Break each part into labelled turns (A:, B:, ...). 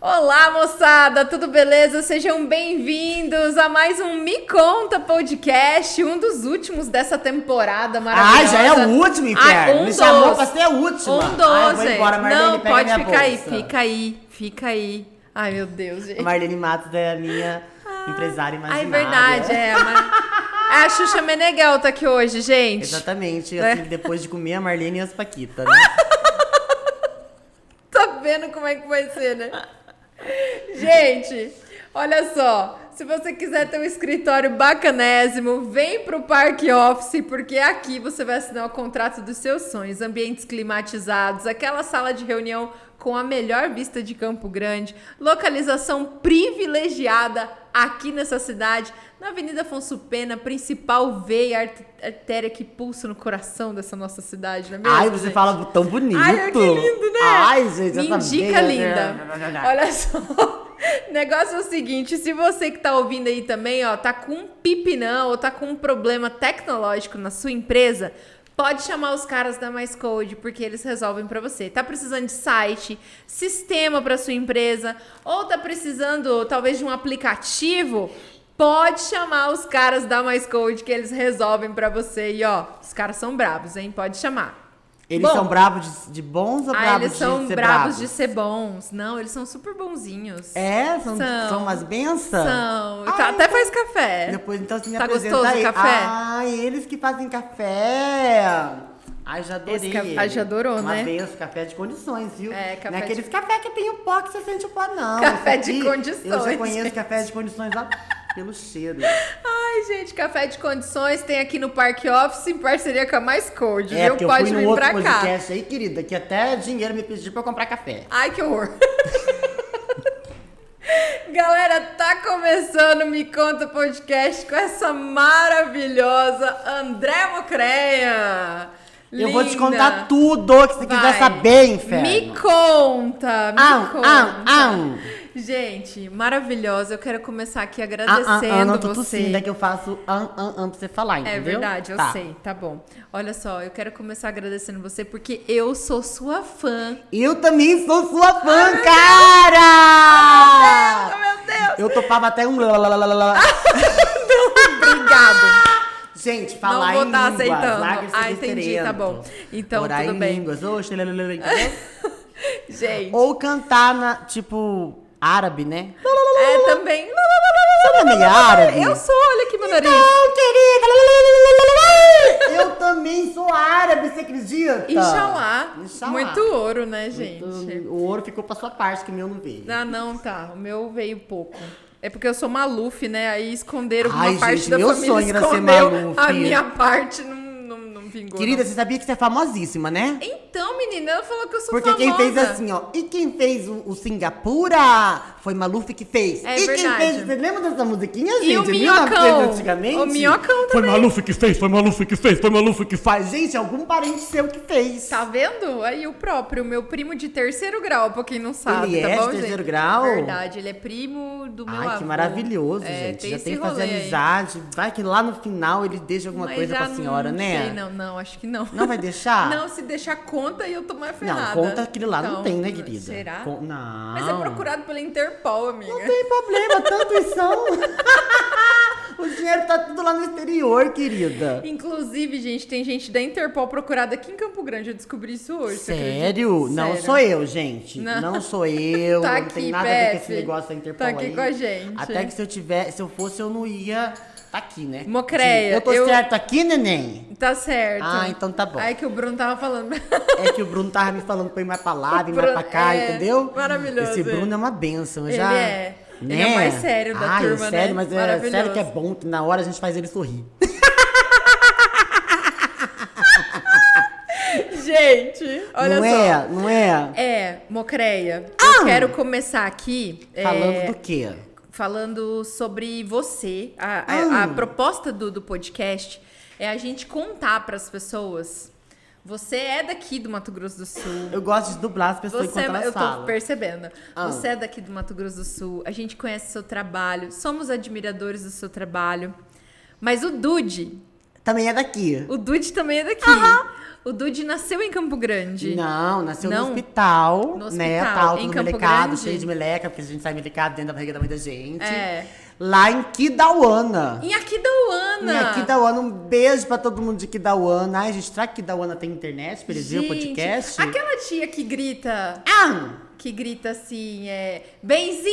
A: Olá, moçada, tudo beleza? Sejam bem-vindos a mais um Me Conta Podcast, um dos últimos dessa temporada
B: Ah,
A: maravilhosa.
B: já é o último,
A: Ai,
B: inferno.
A: um
B: Me chamou
A: dos.
B: pra ser a última.
A: Um
B: Ai, eu vou
A: doze.
B: embora, Marlene,
A: Não,
B: pega
A: pode
B: minha
A: ficar aí,
B: bolsa.
A: fica aí, fica aí. Ai, meu Deus, gente.
B: A Marlene Matos é a minha empresária
A: Ai,
B: imaginária.
A: verdade, é. Mas... É, A Xuxa Meneghel tá aqui hoje, gente.
B: Exatamente.
A: É.
B: assim, depois de comer a Marlene e as Paquita, né?
A: Tá vendo como é que vai ser, né? Gente, olha só. Se você quiser ter um escritório bacanésimo, vem pro Park Office, porque aqui você vai assinar o contrato dos seus sonhos. Ambientes climatizados, aquela sala de reunião com a melhor vista de Campo Grande, localização privilegiada aqui nessa cidade, na Avenida Afonso Pena, principal veia, art- artéria que pulsa no coração dessa nossa cidade, não é mesmo?
B: Ai, você
A: gente?
B: fala tão bonito.
A: Ai, que lindo, né?
B: Ai, gente,
A: Me
B: essa
A: indica linda.
B: veia-
A: Olha só. O Negócio é o seguinte, se você que tá ouvindo aí também, ó, tá com um pipinão ou tá com um problema tecnológico na sua empresa, pode chamar os caras da Mais Code, porque eles resolvem pra você. Tá precisando de site, sistema pra sua empresa, ou tá precisando talvez de um aplicativo? Pode chamar os caras da Mais Code que eles resolvem pra você. E ó, os caras são brabos, hein? Pode chamar.
B: Eles
A: Bom.
B: são bravos de, de bons ou
A: Ah,
B: bravos
A: eles
B: de
A: são
B: ser
A: brabos
B: bravo?
A: de ser bons. Não, eles são super bonzinhos.
B: É? São,
A: São.
B: são. umas bençãs?
A: São.
B: Ai, então
A: Tá- até faz café.
B: Depois então se me
A: Tá
B: apresenta
A: gostoso o
B: aí.
A: café?
B: Ah, eles que fazem café. Ai, já adorei.
A: Esse café-
B: ele.
A: ai, já adorou,
B: Uma
A: né?
B: vez, café de condições, viu?
A: É, café
B: Não é
A: de-
B: aqueles café que tem o pó que você sente o pó, não.
A: Café
B: Esse
A: de
B: aqui,
A: condições,
B: Eu já conheço
A: gente.
B: café de condições lá pelo cheiro.
A: Ai, gente, café de condições tem aqui no Park Office em parceria com a Mais Code,
B: é,
A: viu?
B: porque eu
A: Pode
B: fui
A: vir
B: num outro
A: pra cá.
B: podcast aí, querida, que até dinheiro me pediu pra eu comprar café.
A: Ai, que horror. Galera, tá começando o Me Conta Podcast com essa maravilhosa André Mocreia.
B: Eu vou te
A: Linda.
B: contar tudo que você
A: Vai.
B: quiser saber, inferno.
A: Me conta, me
B: Au,
A: conta.
B: au, au.
A: Gente, maravilhosa. Eu quero começar aqui
B: Ah,
A: agradecendo
B: ah, ah, não tô
A: você.
B: tossindo, é que eu faço an, an, an pra você falar,
A: É
B: entendeu?
A: verdade, eu
B: Tá.
A: sei, tá bom. Olha só, eu quero começar agradecendo você porque eu sou sua fã.
B: Eu também sou sua fã,
A: Ah,
B: cara!
A: Meu Deus!
B: Eu topava até um. lalalala.
A: Obrigado.
B: Gente,
A: Não
B: falar
A: vou
B: em
A: tá
B: línguas.
A: aceitando.
B: larga esse
A: Ah, entendi,
B: referendo.
A: tá bom. Então,
B: Orar
A: tudo
B: em
A: bem.
B: línguas. ou xelalala, entendeu?
A: Gente,
B: Ou cantar, na, tipo, árabe, né?
A: é também.
B: Você não é meio árabe?
A: Eu sou, olha aqui meu nariz.
B: Não, querida! Eu também sou árabe, você acredita?
A: é um Inxalá.
B: Inxalá.
A: Muito ouro, né, gente?
B: O ouro ficou pra sua parte, que o meu não veio.
A: Ah, não, tá. O meu veio pouco. É porque eu sou Maluf, né? Aí esconderam uma
B: Ai,
A: parte
B: gente,
A: da
B: meu
A: família.
B: sonho era ser
A: escondeu.
B: Maluf.
A: A minha parte não, não, não vingou.
B: Querida,
A: não.
B: você sabia que você é famosíssima, né?
A: Então, menina, ela falou que eu sou
B: Porque quem
A: famosa.
B: fez assim, ó. E quem fez o, o Singapura foi Maluf que fez.
A: É
B: e quem
A: verdade.
B: fez. Você lembra dessa musiquinha,
A: E
B: gente?
A: o
B: 1900
A: Minhocão.
B: antigamente?
A: O Minhocão
C: Foi
A: também.
C: Maluf que fez, foi Maluf que fez, foi Maluf que faz.
B: Faz, gente, algum parente seu que fez.
A: Tá vendo? Aí o próprio, meu primo de terceiro grau, pra quem não sabe,
B: Ele
A: tá
B: é de
A: bom, gente?
B: terceiro grau?
A: Verdade, ele é primo do meu
B: Ai,
A: avô.
B: que maravilhoso,
A: É,
B: gente. Já
A: esse
B: tem que fazer
A: rolê aí.
B: amizade. Vai que lá no final ele deixa alguma
A: Mas
B: coisa
A: já
B: pra senhora,
A: não
B: né?
A: Sei, não, não, acho que não.
B: Não vai deixar?
A: Não, se deixar conta e eu tô mais ferrada.
B: Não, conta aquilo lá
A: Então,
B: não tem, né, querida?
A: Será?
B: Con- Não.
A: Mas é procurado pela Interpol, amiga.
B: Não tem problema, tantos são. o dinheiro tá tudo lá no exterior, querida.
A: Inclusive, gente, tem gente da Interpol procurada aqui em Campo Grande. Eu descobri isso hoje. você acredita?
B: Sério? Não
A: Sério.
B: sou eu, gente.
A: Não.
B: Não, sou eu.
A: Tá
B: não
A: aqui,
B: tem nada a ver com
A: Pepe.
B: esse negócio da Interpol
A: Tá aqui
B: aí.
A: com a gente.
B: Até que se eu tiver, se eu fosse, eu não ia tá aqui, né?
A: Mocreia,
B: Eu tô
A: eu-
B: certo aqui, neném?
A: Tá certo.
B: Ah, então tá bom.
A: Aí que o Bruno tava falando.
B: É que o Bruno tava me falando pra ir mais pra lá, vir mais
A: Bruno-
B: pra cá,
A: é,
B: entendeu?
A: maravilhoso,
B: Esse Bruno
A: ele.
B: é uma benção, eu
A: Ele
B: já.
A: é. Ele é o mais sério da
B: Ai,
A: turma, né?
B: sério, mas é
A: Maravilhoso.
B: sério que é bom, que na hora a gente faz ele sorrir.
A: gente, olha
B: não
A: só.
B: é? Não é?
A: É, Mocreia, eu quero começar aqui é,
B: Falando do quê?
A: falando sobre você. A, a- a
B: Ah.
A: proposta do, do podcast é a gente contar para as pessoas Você é daqui do Mato Grosso do Sul.
B: Eu gosto de dublar as pessoas
A: Você, é
B: enquanto elas
A: eu tô
B: falam.
A: percebendo.
B: Ah.
A: Você é daqui do Mato Grosso do Sul. A gente conhece seu trabalho. Somos admiradores do seu trabalho. Mas o Dude,
B: Também é daqui.
A: o Dude também é daqui. O Dude nasceu em Campo Grande.
B: Não, nasceu
A: Não.
B: no hospital,
A: No
B: né?
A: hospital,
B: Tal,
A: em
B: todo
A: Campo
B: melecado,
A: Grande.
B: cheio de meleca, porque a gente sai melecado dentro da barriga da mãe da gente.
A: É.
B: Lá em Kidauana.
A: Em Aquidauana.
B: Em Aquidauana, um beijo pra todo mundo de Kidauana. Ai, gente, será que Kidauana tem internet pra eles verem o
A: Gente,
B: podcast?
A: Aquela tia que grita,
B: Ah!
A: que grita assim, é. Benzinho!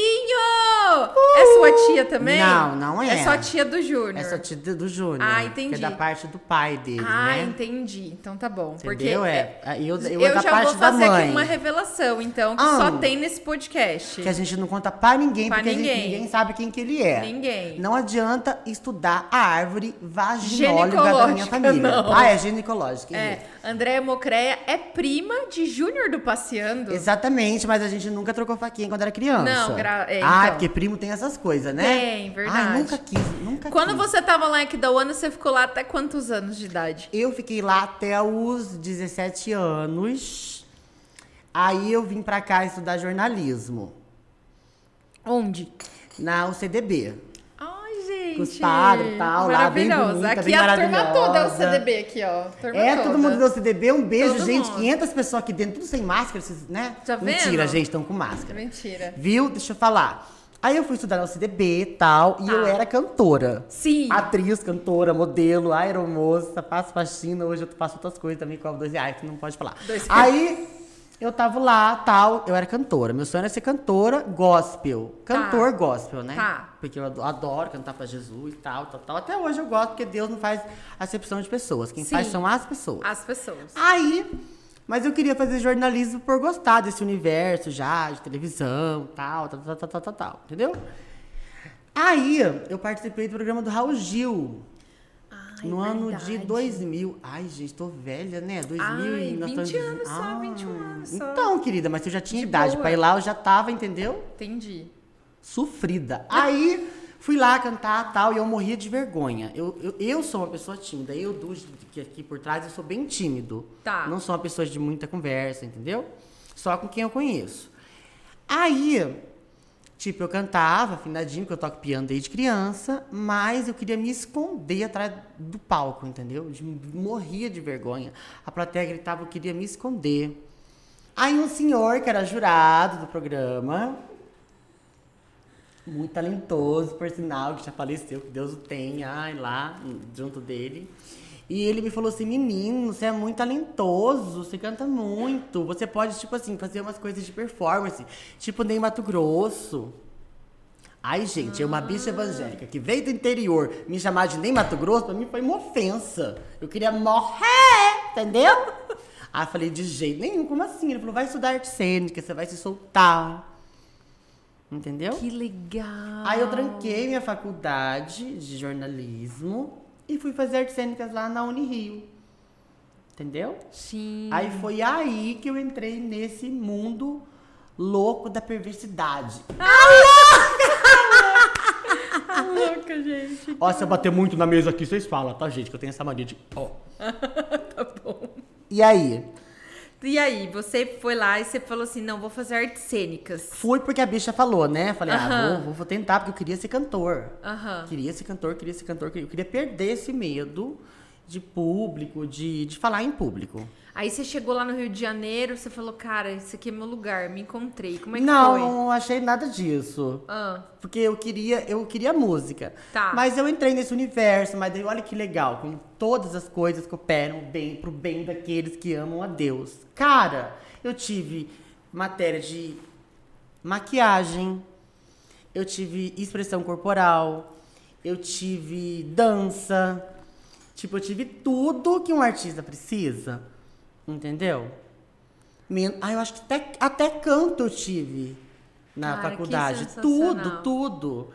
A: É
B: Uh!
A: sua tia também?
B: Não, não é.
A: É só tia do Júnior.
B: É só tia do Júnior.
A: Ah,
B: Que
A: entendi.
B: é da parte do pai dele,
A: Ah,
B: né?
A: entendi. Então tá bom. Porque
B: Entendeu? É. Eu, eu,
A: Eu,
B: é da
A: já
B: parte
A: vou fazer
B: da mãe.
A: aqui uma revelação, então, que
B: Ah.
A: só tem nesse podcast.
B: Que a gente não conta pra ninguém,
A: Pra
B: porque a gente-
A: ninguém.
B: ninguém sabe quem que ele é.
A: Ninguém.
B: Não adianta estudar a árvore vaginóloga da minha
A: Ginecológica,
B: família.
A: não.
B: Ah, é ginecológica.
A: É,
B: isso.
A: Andréia Mocreia é prima de Júnior do Passeando.
B: Exatamente, mas a gente nunca trocou faquinha quando era criança.
A: Não, gra- é,
B: Ah,
A: então.
B: porque primo tem essas coisas, né?
A: Tem, verdade.
B: Ai, nunca quis, nunca
A: Quando
B: quis.
A: você tava lá em Aquidauana, você ficou lá até quantos anos de idade?
B: Eu fiquei lá até os 17 anos. Aí eu vim pra cá estudar jornalismo,
A: Onde?
B: na UCDB.
A: Ai, gente.
B: Com os padres e tal, lá, bem
A: Maravilhosa.
B: bonita,
A: aqui
B: bem
A: a turma toda é o
B: maravilhosa.
A: CDB aqui, ó. Turma
B: É,
A: toda.
B: todo mundo deu CDB, um beijo,
A: Todo
B: gente.
A: mundo.
B: 500 pessoas aqui dentro, tudo sem máscara, vocês, né?
A: Tá
B: Mentira,
A: vendo?
B: gente, estão com máscara.
A: Mentira.
B: Viu? Deixa eu falar. Aí eu fui estudar no CDB e tal, e
A: Tá.
B: eu era cantora.
A: Sim.
B: Atriz, cantora, modelo, aeromoça, faço faxina, hoje eu faço outras coisas também, cobro dois reais, que não pode falar.
A: Dois
B: Aí eu tava lá, tal, eu era cantora. Meu sonho era ser cantora gospel. Cantor gospel, né?
A: Tá.
B: Porque eu ado- adoro cantar pra Jesus e tal, tal, tal. Até hoje eu gosto, porque Deus não faz acepção de pessoas. Quem
A: Sim.
B: faz são as pessoas.
A: As pessoas.
B: Aí, mas eu queria fazer jornalismo por gostar desse universo já, de televisão, tal, tal, tal, tal, tal, tal, tal, entendeu? Aí, eu participei do programa do Raul Gil.
A: Ai,
B: no ano de
A: verdade.
B: 2000. Ai, gente, tô velha, né? 2000
A: Ai,
B: e nós
A: 20
B: estamos-
A: anos só,
B: Ai,
A: 21 anos só.
B: Então, querida, mas eu já tinha
A: De
B: idade
A: boa.
B: pra ir lá, eu já tava, entendeu?
A: Entendi.
B: sofrida. Aí fui lá cantar tal e eu morria de vergonha. Eu, eu, eu sou uma pessoa tímida. Eu, do que aqui por trás, eu sou bem tímido.
A: Tá.
B: Não sou uma pessoa de muita conversa, entendeu? Só com quem eu conheço. Aí, tipo, eu cantava afinadinho, porque eu toco piano desde criança, mas eu queria me esconder atrás do palco, entendeu? De- morria de vergonha. A plateia gritava, eu queria me esconder. Aí um senhor que era jurado do programa, muito talentoso, por sinal, que já faleceu, que Deus o tenha, ai, lá, junto dele. E ele me falou assim, menino, você é muito talentoso, você canta muito, você pode, tipo assim, fazer umas coisas de performance, tipo Ney Mato Grosso. Ai, gente, eu uma bicha evangélica que veio do interior me chamar de nem Mato Grosso, pra mim foi uma ofensa. Eu queria morrer, entendeu? Aí eu falei, de jeito nenhum, como assim? Ele falou, vai estudar arte cênica, você vai se soltar. Entendeu?
A: Que legal.
B: Aí eu tranquei minha faculdade de jornalismo e fui fazer artes cênicas lá na Unirio. Entendeu?
A: Sim.
B: Aí foi aí que eu entrei nesse mundo louco da perversidade. Ah.
A: Tá louca, gente.
C: Ó, se eu bater muito na mesa aqui, vocês falam, tá, gente? Que eu tenho essa mania de. Ó.
A: Tá bom.
B: E aí?
A: E aí, você foi lá e você falou assim: não, vou fazer artes cênicas.
B: Fui porque a bicha falou, né? Falei, ah,
A: Aham.
B: vou, vou- vou tentar, porque eu queria ser cantor.
A: Aham.
B: Queria ser cantor, queria ser cantor. queria- Eu queria perder esse medo de público, de, de falar em público.
A: Aí você chegou lá no Rio de Janeiro, você falou: cara, isso aqui é meu lugar, me encontrei. Como é que
B: não,
A: foi?
B: não achei nada disso.
A: Ah,
B: Porque eu queria, eu queria música.
A: Tá.
B: Mas eu entrei nesse universo, mas daí olha que legal, com todas as coisas que operam bem pro bem daqueles que amam a Deus. Cara, eu tive matéria de maquiagem, eu tive expressão corporal, eu tive dança. Tipo, eu tive tudo que um artista precisa. Entendeu? Men- ah, eu acho que até, até canto eu tive na
A: Cara, que
B: faculdade.
A: sensacional.
B: Tudo, tudo.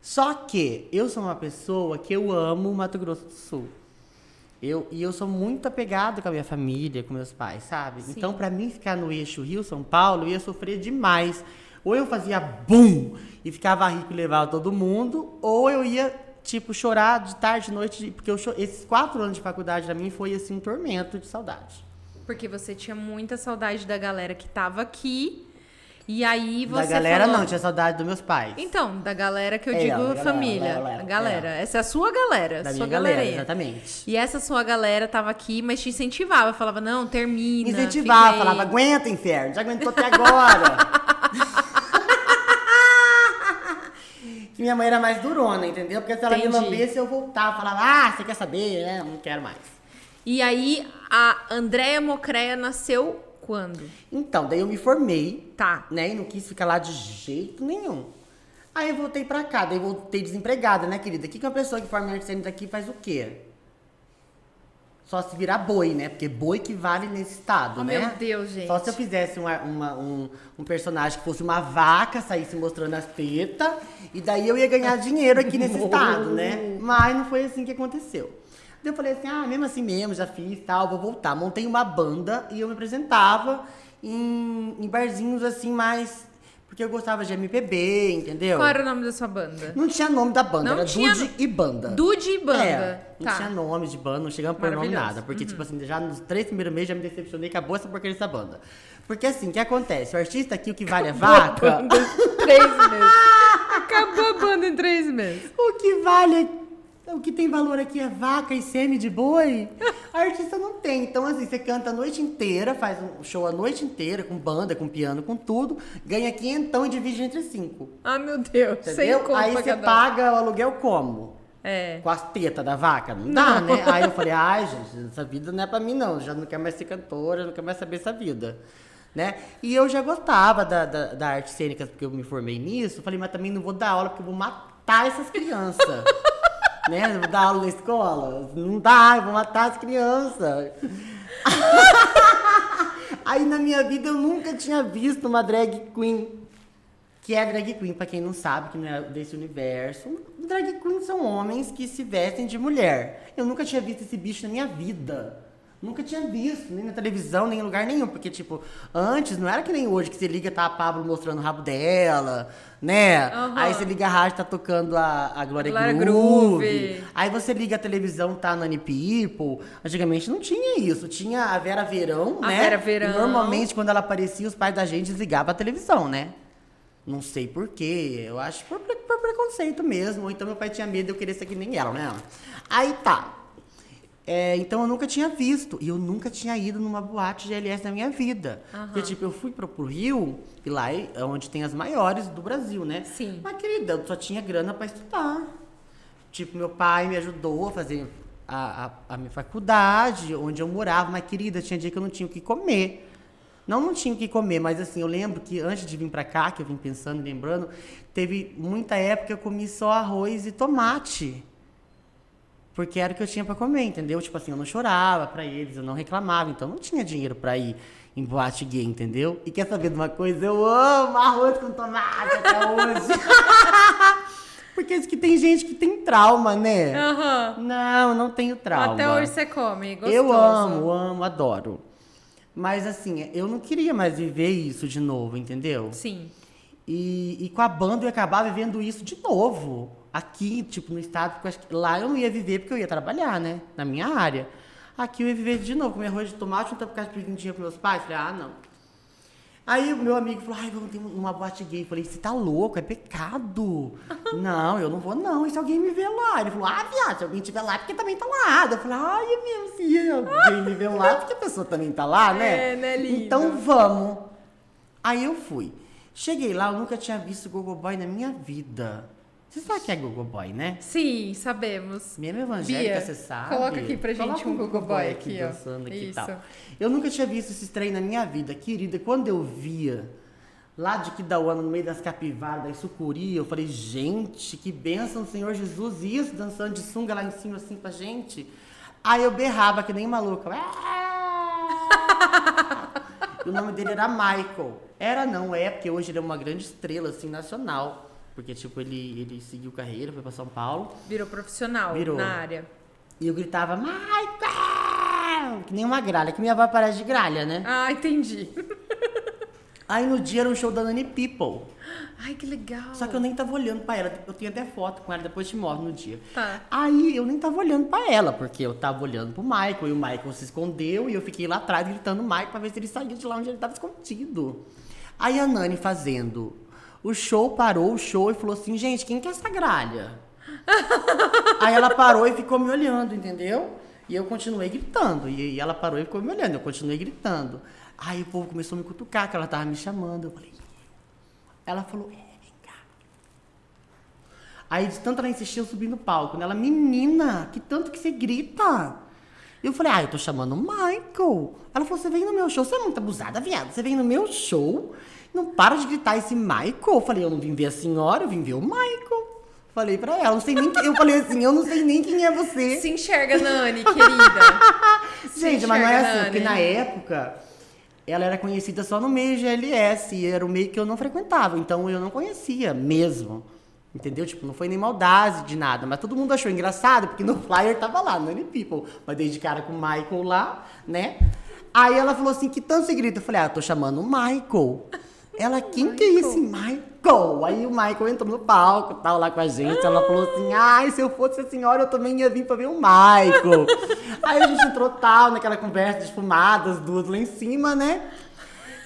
B: Só que eu sou uma pessoa que eu amo o Mato Grosso do Sul. Eu, e eu sou muito apegado com a minha família, com meus pais, sabe?
A: Sim.
B: Então, pra mim ficar no eixo Rio-São Paulo, eu ia sofrer demais. Ou eu fazia bum e ficava rico e levava todo mundo, ou eu ia, tipo, chorar de tarde, de noite, porque eu cho- esses quatro anos de faculdade pra mim foi, assim, um tormento de saudade.
A: Porque você tinha muita saudade da galera que tava aqui. E aí você.
B: da galera
A: falou-
B: não, tinha saudade dos meus pais.
A: Então, da galera que eu
B: É,
A: digo
B: da galera,
A: família.
B: da galera,
A: a galera. Essa é a sua galera.
B: da
A: sua
B: minha galera,
A: galerinha.
B: exatamente.
A: E essa sua galera tava aqui, mas te incentivava. Falava, não, termina.
B: Me incentivava,
A: fica aí.
B: falava, aguenta, inferno, já aguentou até agora. que minha mãe era mais durona, entendeu? Porque se ela me
A: Entendi.
B: lambesse, eu voltava, falava, ah, você quer saber? né? Não quero mais.
A: E aí, a Andréia Mocreia nasceu quando?
B: Então, daí eu me formei,
A: Tá.
B: né? E não quis ficar lá de jeito nenhum. Aí eu voltei pra cá, daí voltei desempregada, né, querida? O que, que uma pessoa que forma em artes cênicas aqui faz o quê? Só se virar boi, né? Porque boi que vale nesse estado,
A: Oh,
B: né?
A: meu Deus, gente.
B: Só se eu fizesse uma- uma- um, um personagem que fosse uma vaca, saísse mostrando as tetas, e daí eu ia ganhar dinheiro aqui nesse estado, né? Mas não foi assim que aconteceu. Daí eu falei assim, ah, mesmo assim mesmo, já fiz tal, vou voltar. Montei uma banda e eu me apresentava em, em barzinhos assim mais... Porque eu gostava de MPB, entendeu?
A: Qual era o nome da sua banda?
B: Não tinha nome da banda,
A: Não
B: era
A: tinha
B: Dude
A: no-
B: e Banda.
A: Dude e Banda.
B: É, não
A: tá.
B: tinha nome de banda, não chegava por nome
A: Maravilhoso. Uhum.
B: nada. Porque, tipo assim, já nos três primeiros meses já me decepcionei, acabou essa porcaria dessa banda. Porque assim, o que acontece? O artista aqui, o que vale é vaca.
A: Acabou a banda em três meses. Acabou a banda em três meses.
B: O que vale é- O que tem valor aqui é vaca e seme de boi. A artista não tem. Então, assim, você canta a noite inteira, faz um show a noite inteira, com banda, com piano, com tudo, ganha quinhentão e divide entre cinco.
A: Ah, meu Deus.
B: Entendeu?
A: Sem conta
B: Aí você
A: cada um.
B: paga o aluguel como?
A: É.
B: Com as tetas da vaca? Não dá, né? Aí eu falei, ai, gente, essa vida não é pra mim, não. Já não quero mais ser cantora, não quero mais saber essa vida. Né? E eu já gostava da, da, da arte cênica, porque eu me formei nisso. Falei, mas também não vou dar aula, porque eu vou matar essas crianças. né? Eu Vou dar aula na escola? Não dá, eu vou matar as crianças. Aí na minha vida eu nunca tinha visto uma drag queen. Que é drag queen, pra quem não sabe, que não é desse universo. Drag queens são homens que se vestem de mulher. Eu nunca tinha visto esse bicho na minha vida. Nunca tinha visto, nem na televisão, nem em lugar nenhum. Porque, tipo, antes não era que nem hoje que você liga, tá a Pablo mostrando o rabo dela, né?
A: Aham.
B: Aí você liga a rádio, tá tocando a, a Glória
A: Glória Groove.
B: Groove. Aí você liga a televisão, tá a Nani People. Antigamente não tinha isso. Tinha a Vera Verão,
A: A
B: né?
A: Vera Verão.
B: Normalmente, quando ela aparecia, os pais da gente desligavam a televisão, né? Não sei por quê. Eu acho por, pre- por preconceito mesmo. Ou então meu pai tinha medo de eu querer ser que nem ela, né? Aí tá. É, então eu nunca tinha visto. E eu nunca tinha ido numa boate GLS na minha vida. Porque, tipo, eu fui pro, pro Rio, e lá é onde tem as maiores do Brasil, né?
A: Sim.
B: Mas, querida, eu só tinha grana pra estudar. Tipo, meu pai me ajudou a fazer a, a, a minha faculdade, onde eu morava, mas querida, tinha dia que eu não tinha o que comer. Não, não tinha o que comer, mas assim, eu lembro que antes de vir pra cá, que eu vim pensando e lembrando, teve muita época que eu comi só arroz e tomate. Porque era o que eu tinha pra comer, entendeu? Tipo assim, eu não chorava pra eles, eu não reclamava, então eu não tinha dinheiro pra ir em boate gay, entendeu? E quer saber de uma coisa? Eu amo arroz com tomate até hoje. Porque diz que tem gente que tem trauma, né?
A: Aham.
B: Não, eu não tenho trauma.
A: Até hoje você come. Gostoso.
B: Eu amo, amo, adoro. Mas assim, eu não queria mais viver isso de novo, entendeu?
A: Sim.
B: E, e com a banda eu ia acabar vivendo isso de novo. Aqui, tipo, no estado, porque eu acho que lá eu não ia viver porque eu ia trabalhar, né? Na minha área. Aqui eu ia viver de novo, comer arroz de tomate, não tá por causa de pedir dinheiro pros meus pais. Falei, ah, não. Aí o meu amigo falou, ai, vamos ter uma boate gay. Eu falei, você tá louco, é pecado. não, eu não vou não, e se alguém me ver lá? Ele falou, ah, viado, se alguém tiver lá, é porque também tá lá. Eu falei, ai, é mesmo, se alguém me ver lá, é porque a pessoa também tá lá, né?
A: É, né, lindo?
B: Então vamos. Aí eu fui. Cheguei lá, eu nunca tinha visto Gogo Boy na minha vida. Você sabe o que é Gogo Boy, né?
A: Sim, sabemos.
B: Mesmo evangélica,
A: Bia,
B: você sabe.
A: coloca aqui pra gente
B: Coloca
A: um Gogo Boy aqui, ó.
B: dançando aqui e
A: Isso.
B: tal. Eu nunca tinha visto esse trem na minha vida, querida. Quando eu via lá de Quidauana, no meio das capivaras, da sucuri, eu falei, gente, que bênção o Senhor Jesus, isso, dançando de sunga lá em cima assim pra gente. Aí eu berrava que nem maluca. E o nome dele era Michael. Era não, é, porque hoje ele é uma grande estrela, assim, nacional. Porque, tipo, ele, ele seguiu carreira, foi pra São Paulo.
A: Virou profissional
B: Virou.
A: na área.
B: E eu gritava, Michael! Que nem uma gralha, que minha avó parece de gralha, né?
A: Ah, entendi.
B: Aí no dia era um show da Nani People.
A: Ai, que legal.
B: Só que eu nem tava olhando pra ela. Eu tenho até foto com ela, depois te mostro no dia.
A: Tá.
B: Aí eu nem tava olhando pra ela, porque eu tava olhando pro Michael. E o Michael se escondeu e eu fiquei lá atrás gritando o Michael pra ver se ele saía de lá onde ele tava escondido. Aí a Nani fazendo. O show parou o show e falou assim: gente, quem que é essa gralha? Aí ela parou e ficou me olhando, entendeu? E eu continuei gritando. E, e ela parou e ficou me olhando. Eu continuei gritando. Aí o povo começou a me cutucar, que ela tava me chamando. Eu falei, ela falou, é, vem cá. Aí de tanto ela insistir, eu subi no palco. né? Ela, menina, que tanto que você grita. E eu falei, ah, eu tô chamando o Michael. Ela falou, você vem no meu show, você é muito abusada, viado. Você vem no meu show, não para de gritar esse Michael. Eu falei, eu não vim ver a senhora, eu vim ver o Michael. Falei pra ela, não sei nem quem... Eu falei assim, eu não sei nem quem é você.
A: Se enxerga, Nani, querida. Se
B: Gente, mas não é
A: enxerga,
B: assim,
A: Nani.
B: porque na época ela era conhecida só no meio GLS, e era o meio que eu não frequentava, então eu não conhecia mesmo. Entendeu? Tipo, não foi nem maldade de nada, mas todo mundo achou engraçado, porque no flyer tava lá, Nani People. Mas desde cara com o Michael lá, né? Aí ela falou assim: que tanto você grita? Eu falei: ah, eu tô chamando o Michael. Ela, quem que é esse Michael? Aí o Michael entrou no palco, tal, lá com a gente. Ela falou assim: ai, se eu fosse a senhora, eu também ia vir pra ver o Michael. Aí a gente entrou tal, naquela conversa de fumadas, duas lá em cima, né?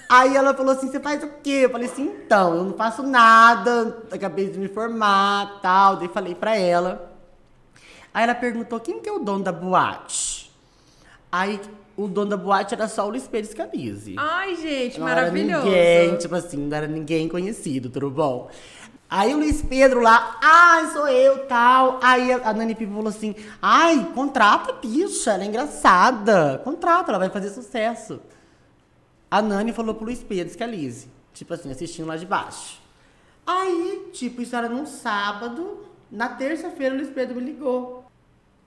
B: Aí ela falou assim: você faz o quê? Eu falei assim: então, eu não faço nada, acabei de me formar, tal. Daí falei pra ela. Aí ela perguntou: quem que é o dono da boate? Aí o dono da boate era só o Luiz Pérez Camise.
A: Ai, gente,
B: Não era
A: maravilhoso.
B: ninguém, tipo assim, não era ninguém conhecido, tudo bom? Aí o Luiz Pedro lá, ai, sou eu, tal. Aí a a Nani Pipo falou assim, ai, contrata a bicha, ela é engraçada. Contrata, ela vai fazer sucesso. A Nani falou pro Luiz Pedro que a Lise, tipo assim, assistindo lá de baixo. Aí, tipo, isso era num sábado. Na terça-feira, o Luiz Pedro me ligou.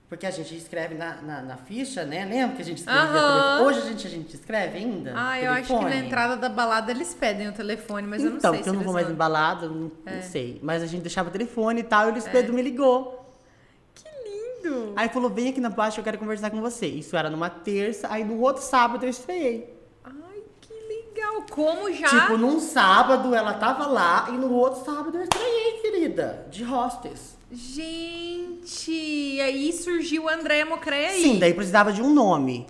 B: Porque a gente escreve na, na, na ficha, né? Lembra que a gente escrevia
A: Aham.
B: telefone? Hoje a gente, a gente escreve ainda?
A: Ah, eu acho que na
B: Telefone.
A: entrada da balada eles pedem o telefone, mas eu não
B: então,
A: sei
B: que
A: se
B: eu não
A: eles É.
B: vou mais
A: mandam.
B: embalada, não, não sei. Mas a gente deixava o telefone e tal, e o Luiz
A: É.
B: Pedro me ligou.
A: Que lindo!
B: Aí falou, vem aqui na boate, eu quero conversar com você. Isso era numa terça, aí no outro sábado eu estreiei.
A: Ai, que legal! Como já?
B: Tipo, num sábado ela tava lá, e no outro sábado eu estreiei, querida, de hostess.
A: Gente, e aí surgiu o André Mocreia aí. Uhum.
B: Sim, daí precisava de um nome.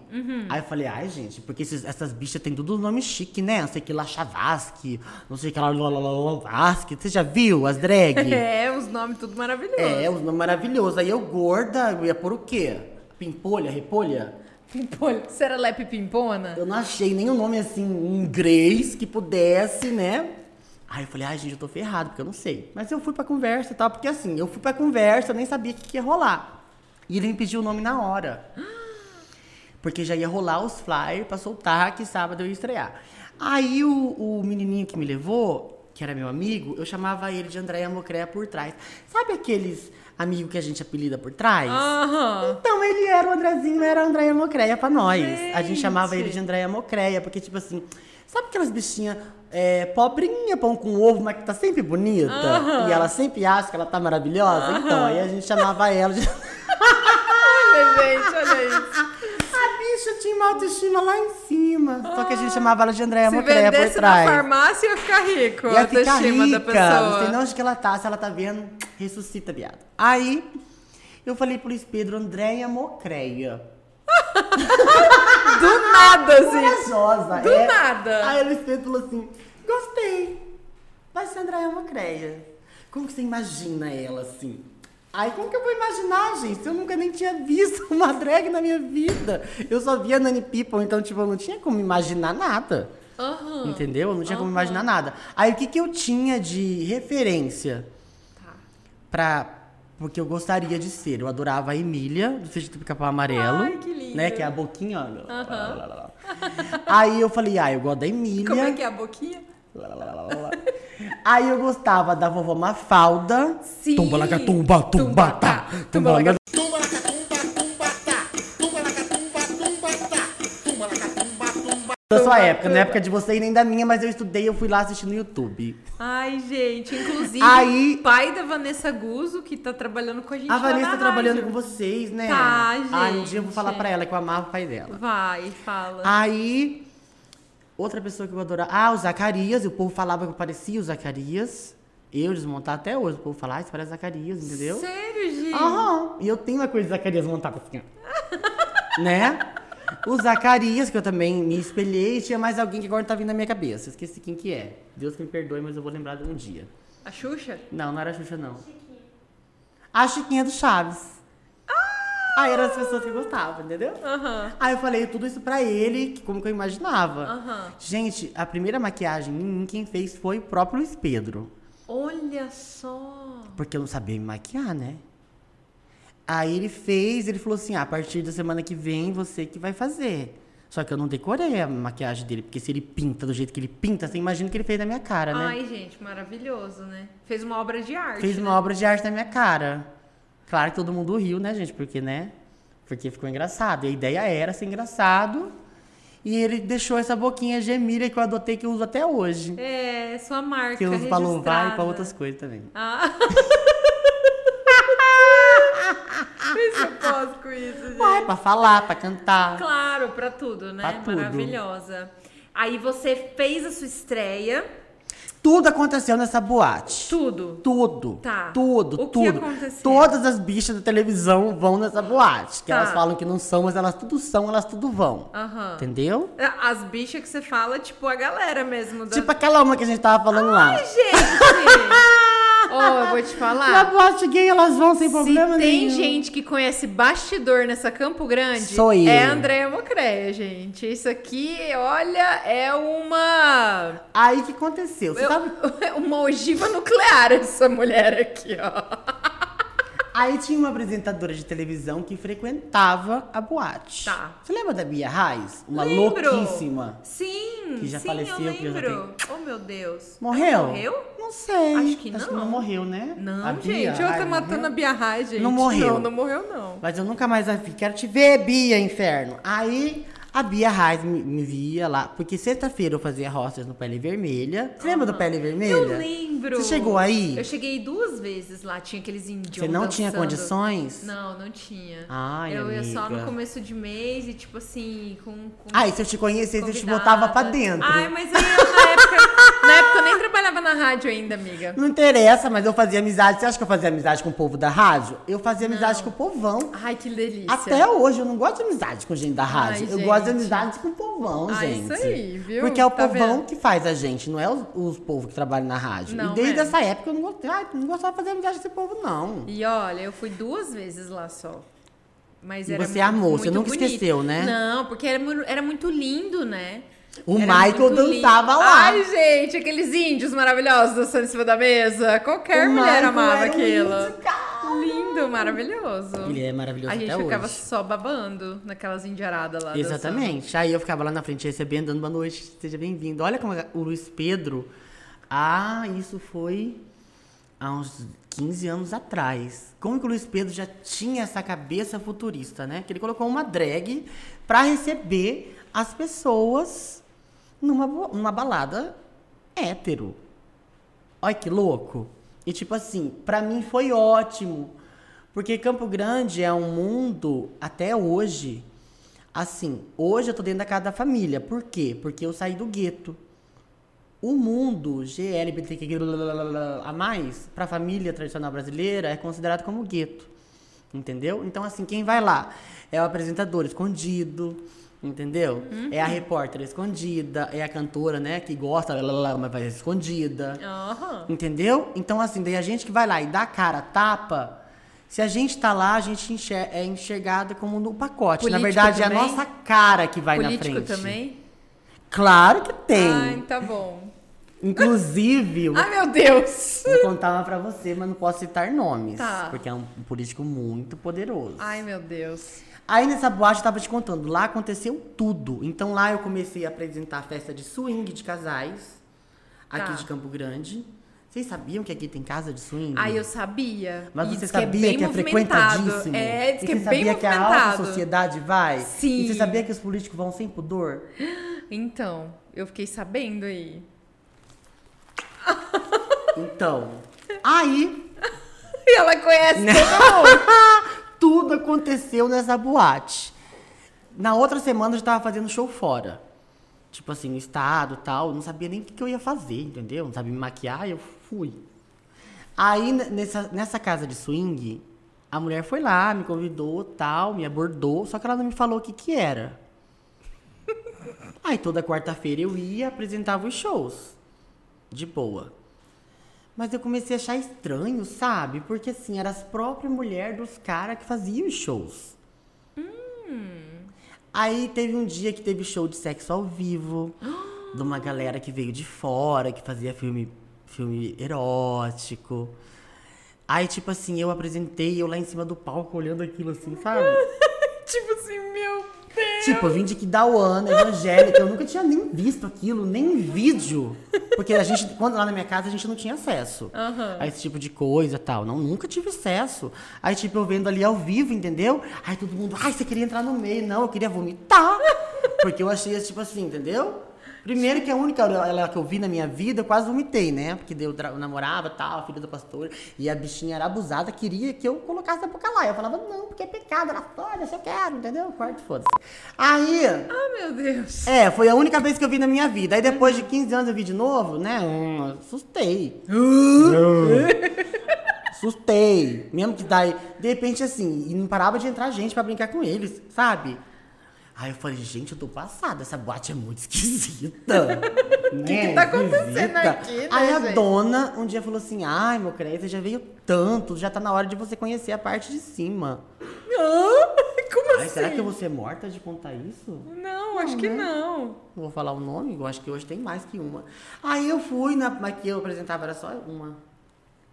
B: Aí eu falei, ai, gente, porque esses- essas bichas têm tudo nome chique, né? Não sei que lá, Chavasque, não sei que lá, Vasque. Você já viu as drag?
A: É, os nomes tudo maravilhoso.
B: É, os nomes maravilhosos. Aí eu gorda, eu ia pôr o quê? Pimpolha, repolha?
A: Pimpolha. Será Lepe Pimpona?
B: Eu não achei nenhum nome assim em inglês que pudesse, né? Aí eu falei, ai, gente, eu tô ferrado, porque eu não sei. Mas eu fui pra conversa e tal, porque assim, eu fui pra conversa, eu nem sabia o que, que ia rolar. E ele me pediu o nome na hora. Porque já ia rolar os flyers pra soltar que sábado eu ia estrear. Aí o, o menininho que me levou, que era meu amigo, eu chamava ele de Andréia Mocréia por trás. Sabe aqueles amigos que a gente apelida por trás?
A: Aham.
B: Então ele era o Andrezinho, era a Andréia Mocreia pra nós. A gente
A: Gente.
B: chamava ele de Andréia Mocreia, porque, tipo assim, sabe aquelas bichinhas é, pobrinha, pão com ovo, mas que tá sempre bonita?
A: Aham.
B: E ela sempre acha que ela tá maravilhosa? Então, aí a gente chamava ela de.
A: Olha, gente, olha isso.
B: A bicha tinha uma autoestima lá em cima. Só que a gente chamava ela de Andréia
A: Se
B: Mocreia por
A: vendesse na
B: trás.
A: farmácia, ia ficar rico.
B: Ia
A: a
B: ficar
A: autoestima da
B: rica.
A: pessoa.
B: Não sei não onde que ela tá, se ela tá vendo, ressuscita, viado. Aí, eu falei pro Luiz Pedro, Andréia Mocreia.
A: Do nada, assim.
B: corajosa. é.
A: Do nada.
B: Aí ele fez e falou assim: gostei. Vai ser Andréia Mocreia. Como que você imagina ela assim? Aí, como que eu vou imaginar, gente? Eu nunca nem tinha visto uma drag na minha vida. Eu só via Nani People, então, tipo, eu não tinha como imaginar nada.
A: Hum. Aham.
B: Entendeu? Eu não tinha como imaginar nada. Aí, o que, que eu tinha de referência?
A: Tá.
B: pra. Porque eu gostaria de ser. Eu adorava a Emília, do Feijão do Pica-Pau Amarelo.
A: Ai, que lindo.
B: Né? Que é a boquinha, ó.
A: Aham.
B: Lá, lá, lá, lá. Aí eu falei, ah, eu gosto da Emília.
A: Como é que é a boquinha?
B: Lá, lá, lá, lá, lá, lá. Aí eu gostava da vovó Mafalda.
A: Sim.
C: Tumba, lagatumba, tumba, tá.
A: Tumba,
C: Tumba,
A: laga-
D: Tumba la catumba, tumba tá. Tumba la catumba, tumba tá. Tumba la catumba, tumba.
B: Da sua
A: Tumba,
B: época,
A: tumba.
B: na época de você e nem da minha, mas eu estudei, eu fui lá assistir no YouTube.
A: Ai, gente, inclusive,
B: Aí-
A: o pai da Vanessa Guzzo, que tá trabalhando com a gente
B: A
A: lá
B: Vanessa tá
A: na
B: trabalhando
A: rádio.
B: com vocês, né?
A: Tá,
B: Ah, um dia eu
A: gente.
B: vou Ah, falar pra ela que eu amava o pai dela.
A: Vai, fala.
B: Aí Outra pessoa que eu adorava. Ah, o Zacarias. E o povo falava que eu parecia o Zacarias. Eu desmontar até hoje. O povo fala, ah, você parece Zacarias, entendeu? Ah.
A: Sério, Gi?
B: Aham. E eu tenho uma coisa de Zacarias montada assim, ó. né? O Zacarias, que eu também me espelhei, e tinha mais alguém que agora tá vindo na minha cabeça. Esqueci quem que é. Deus que me perdoe, mas eu vou lembrar de um dia.
A: A Xuxa?
B: Não, não era a Xuxa, não. A Chiquinha do Chaves. Aí eram as pessoas que gostavam, entendeu?
A: Ah! Aham.
B: Aí eu falei tudo isso pra ele, que- como que eu imaginava.
A: Aham.
B: Gente, a primeira maquiagem em mim, quem fez foi o próprio Luiz Pedro.
A: Olha só.
B: Porque eu não sabia me maquiar, né? Aí ele fez, ele falou assim: ah, a partir da semana que vem você que vai fazer. Só que eu não decorei a maquiagem dele, porque se ele pinta do jeito que ele pinta, você imagina o que ele fez na minha cara, né?
A: Ai, gente, maravilhoso, né? Fez uma obra de arte.
B: Fez
A: né?
B: uma obra de arte na minha cara. Claro que todo mundo riu, né, gente? Porque, né? Porque ficou engraçado. E a ideia era ser engraçado. E ele deixou essa boquinha gemília que eu adotei, que eu uso até hoje.
A: É, sua marca.
B: que eu uso pra louvar e pra
A: registrada.
B: outras coisas também.
A: Ah. Fez propósito com isso, gente.
B: Ué, pra falar, pra cantar.
A: Claro, pra tudo, né?
B: Pra tudo.
A: Maravilhosa. Aí você fez a sua estreia,
B: Tudo aconteceu nessa boate.
A: tudo.
B: Tudo.
A: Tá.
B: Tudo,
A: O que
B: tudo.
A: aconteceu?
B: Todas as bichas da televisão vão nessa boate. Que
A: Tá. Ah.
B: elas falam que não são, mas elas tudo são, elas tudo vão.
A: Aham. É,
B: Entendeu?
A: As bichas que você fala, tipo, a galera mesmo. Da...
B: Tipo aquela uma que a gente tava falando lá.
A: gente! Ó, eu vou te
B: Na
A: falar.
B: boate gay elas vão sem
A: Ah. Se
B: problema
A: tem
B: nenhum.
A: gente que conhece bastidor nessa Campo Grande,
B: Sou eu.
A: é a Andréia Mocreia, gente. Isso aqui, olha, é uma...
B: Aí o que aconteceu? Você
A: Eu-
B: sabe?
A: Uma ogiva nuclear essa mulher aqui, ó.
B: Aí tinha uma apresentadora de televisão que frequentava a boate.
A: Tá.
B: Você lembra da Bia Reis? Uma
A: Lembro.
B: louquíssima.
A: Sim,
B: Que já
A: sim,
B: faleceu,
A: eu
B: que eu já
A: lembro. Oh, meu Deus.
B: Morreu?
A: Ela morreu?
B: Não sei.
A: Acho que
B: Acho que
A: não.
B: não morreu, né?
A: Não,
B: A Bia
A: gente, eu
B: Reis
A: tô matando
B: morreu?
A: a Bia Rai, gente.
B: Não morreu.
A: Não, não morreu, não.
B: Mas eu nunca mais a vi. Quero te ver, Bia, inferno. Aí a Bia Reis me, me via lá. Porque sexta-feira eu fazia rostas no Pele Vermelha. Você lembra do Pele Vermelha?
A: Ah, Eu lembro.
B: Você chegou aí?
A: Eu cheguei duas vezes lá, tinha aqueles índios
B: Você não tinha
A: dançando.
B: condições?
A: Não, não tinha.
B: Ai,
A: eu ia só no
B: amiga.
A: começo de mês e, tipo assim, com... com
B: Aí se eu te conhecesse, eu te
A: convidada.
B: botava pra dentro.
A: Ai, mas eu, na época... na época eu nem trabalhava na rádio ainda, amiga.
B: Não interessa, mas eu fazia amizade. Você acha que eu fazia amizade com o povo da rádio? Eu fazia amizade com o povão.
A: Ai, que delícia.
B: Até hoje eu não gosto de amizade com gente da rádio. eu
A: é- gente.
B: gosto de amizade com o povão,
A: Ah,
B: gente.
A: isso aí, viu?
B: Porque é o
A: Tá
B: povão
A: vendo?
B: que faz a gente, não é os, os povos que trabalham na rádio.
A: Não,
B: e desde
A: é.
B: essa época eu não gostava, ai, não gostava de fazer amizade com esse povo, não.
A: E olha, eu fui duas vezes lá só. Mas
B: E
A: era
B: você
A: mu-
B: amou,
A: muito
B: você nunca
A: bonito.
B: esqueceu, né?
A: Não, porque era, mu- era muito lindo, né?
B: O
A: Era
B: Michael
A: muito lindo.
B: dançava lá.
A: Ai, gente, aqueles índios maravilhosos dançando em cima da mesa. Qualquer
B: O
A: mulher
B: Michael
A: amava
B: era um
A: aquilo.
B: índio, cara.
A: lindo, maravilhoso.
B: Ele é maravilhoso
A: A gente
B: até
A: ficava
B: hoje.
A: só babando naquelas indiaradas lá. dançando.
B: Exatamente. Aí eu ficava lá na frente recebendo, dando boa noite, seja bem-vindo. Olha como o Luiz Pedro. Ah, isso foi há uns 15 anos atrás. Como que o Luiz Pedro já tinha essa cabeça futurista, né? Que ele colocou uma drag pra receber as pessoas numa, bo- numa balada hétero. Olha que louco. E tipo assim, pra mim foi ótimo. Porque Campo Grande é um mundo até hoje. Assim, hoje eu tô dentro da casa da família. Por quê? Porque eu saí do gueto. O mundo GLBTQ a mais pra família tradicional brasileira é considerado como gueto. Entendeu? Então, assim, quem vai lá é o apresentador escondido, entendeu? É a repórter escondida, é a cantora, né, que gosta, lá, lá, lá, mas vai escondida.
A: Aham.
B: Entendeu? Então, assim, daí a gente que vai lá e dá a cara a tapa, se a gente tá lá, a gente enxer- é enxergada como no pacote.
A: Político
B: na verdade, é a
A: também?
B: nossa cara que vai na
A: Político
B: frente.
A: também?
B: Claro que tem.
A: Ai, tá bom.
B: Inclusive, eu vou,
A: Ai, meu Deus.
B: vou contar uma pra você, mas não posso citar nomes.
A: Tá.
B: Porque é um político muito poderoso.
A: Ai, meu Deus.
B: Aí nessa boate eu tava te contando, lá aconteceu tudo. Então lá eu comecei a apresentar festa de swing de casais, aqui
A: Tá.
B: de Campo Grande. Vocês sabiam que aqui tem casa de swing?
A: Aí eu sabia.
B: Mas
A: E
B: você
A: diz
B: sabia que é,
A: movimentado.
B: frequentadíssimo?
A: É, diz
B: E
A: que é
B: você sabia
A: bem
B: que a alta
A: movimentado.
B: sociedade vai?
A: Sim.
B: E você sabia que os políticos vão sem pudor?
A: Então, eu fiquei sabendo aí.
B: Então, aí
A: E ela conhece
B: Né?
A: todo mundo.
B: tudo aconteceu nessa boate. Na outra semana eu já tava fazendo show fora. tipo assim, estado tal. Não sabia nem o que, que eu ia fazer, entendeu? Não sabia me maquiar, eu fui. Aí, n- nessa, nessa casa de swing, a mulher foi lá, me convidou tal, me abordou, só que ela não me falou o que que era. Aí, toda quarta-feira eu ia, apresentava os shows. De boa. Mas eu comecei a achar estranho, sabe? Porque assim, era as próprias mulheres dos caras que faziam os shows. Aí teve um dia que teve show de sexo ao vivo, de uma galera que veio de fora, que fazia filme, filme erótico. Aí, tipo assim, eu apresentei, eu lá em cima do palco olhando aquilo assim, sabe?
A: Tipo assim, meu Deus.
B: Tipo, eu vim de Kidawana, evangélica, eu nunca tinha nem visto aquilo, nem vídeo. Porque a gente, quando lá na minha casa, a gente não tinha acesso
A: Aham.
B: a esse tipo de coisa e tal. Não, nunca tive acesso. Aí, tipo, eu vendo ali ao vivo, entendeu? Aí todo mundo, ai, você queria entrar no meio. Não, eu queria vomitar. Porque eu achei, tipo assim, entendeu? Primeiro que a única hora ela que eu vi na minha vida, eu quase vomitei, né? Porque daí eu tra- eu namorava, tal, a filha do pastor, e a bichinha era abusada, queria que eu colocasse a boca lá. Eu falava, não, porque é pecado, ela foda, se eu quero, entendeu? Quarto, foda-se. Aí,
A: Ah, meu Deus.
B: é, foi a única vez que eu vi na minha vida. Aí depois de 15 anos eu vi de novo, né? Hum, assustei. Assustei. Mesmo que daí, de repente assim, e não parava de entrar gente pra brincar com eles, sabe? Aí eu falei, gente, eu tô passada, essa boate é muito esquisita. O
A: que tá acontecendo aqui, né,
B: Aí a
A: gente?
B: dona um dia falou assim, ai, meu creio, você já veio tanto, já tá na hora de você conhecer a parte de cima.
A: Ah, como
B: Ai,
A: assim?
B: será que eu vou né? ser morta de contar isso?
A: Não, acho que não.
B: Não vou falar o nome, eu acho que hoje tem mais que uma. Aí eu fui, na, mas que eu apresentava era só uma.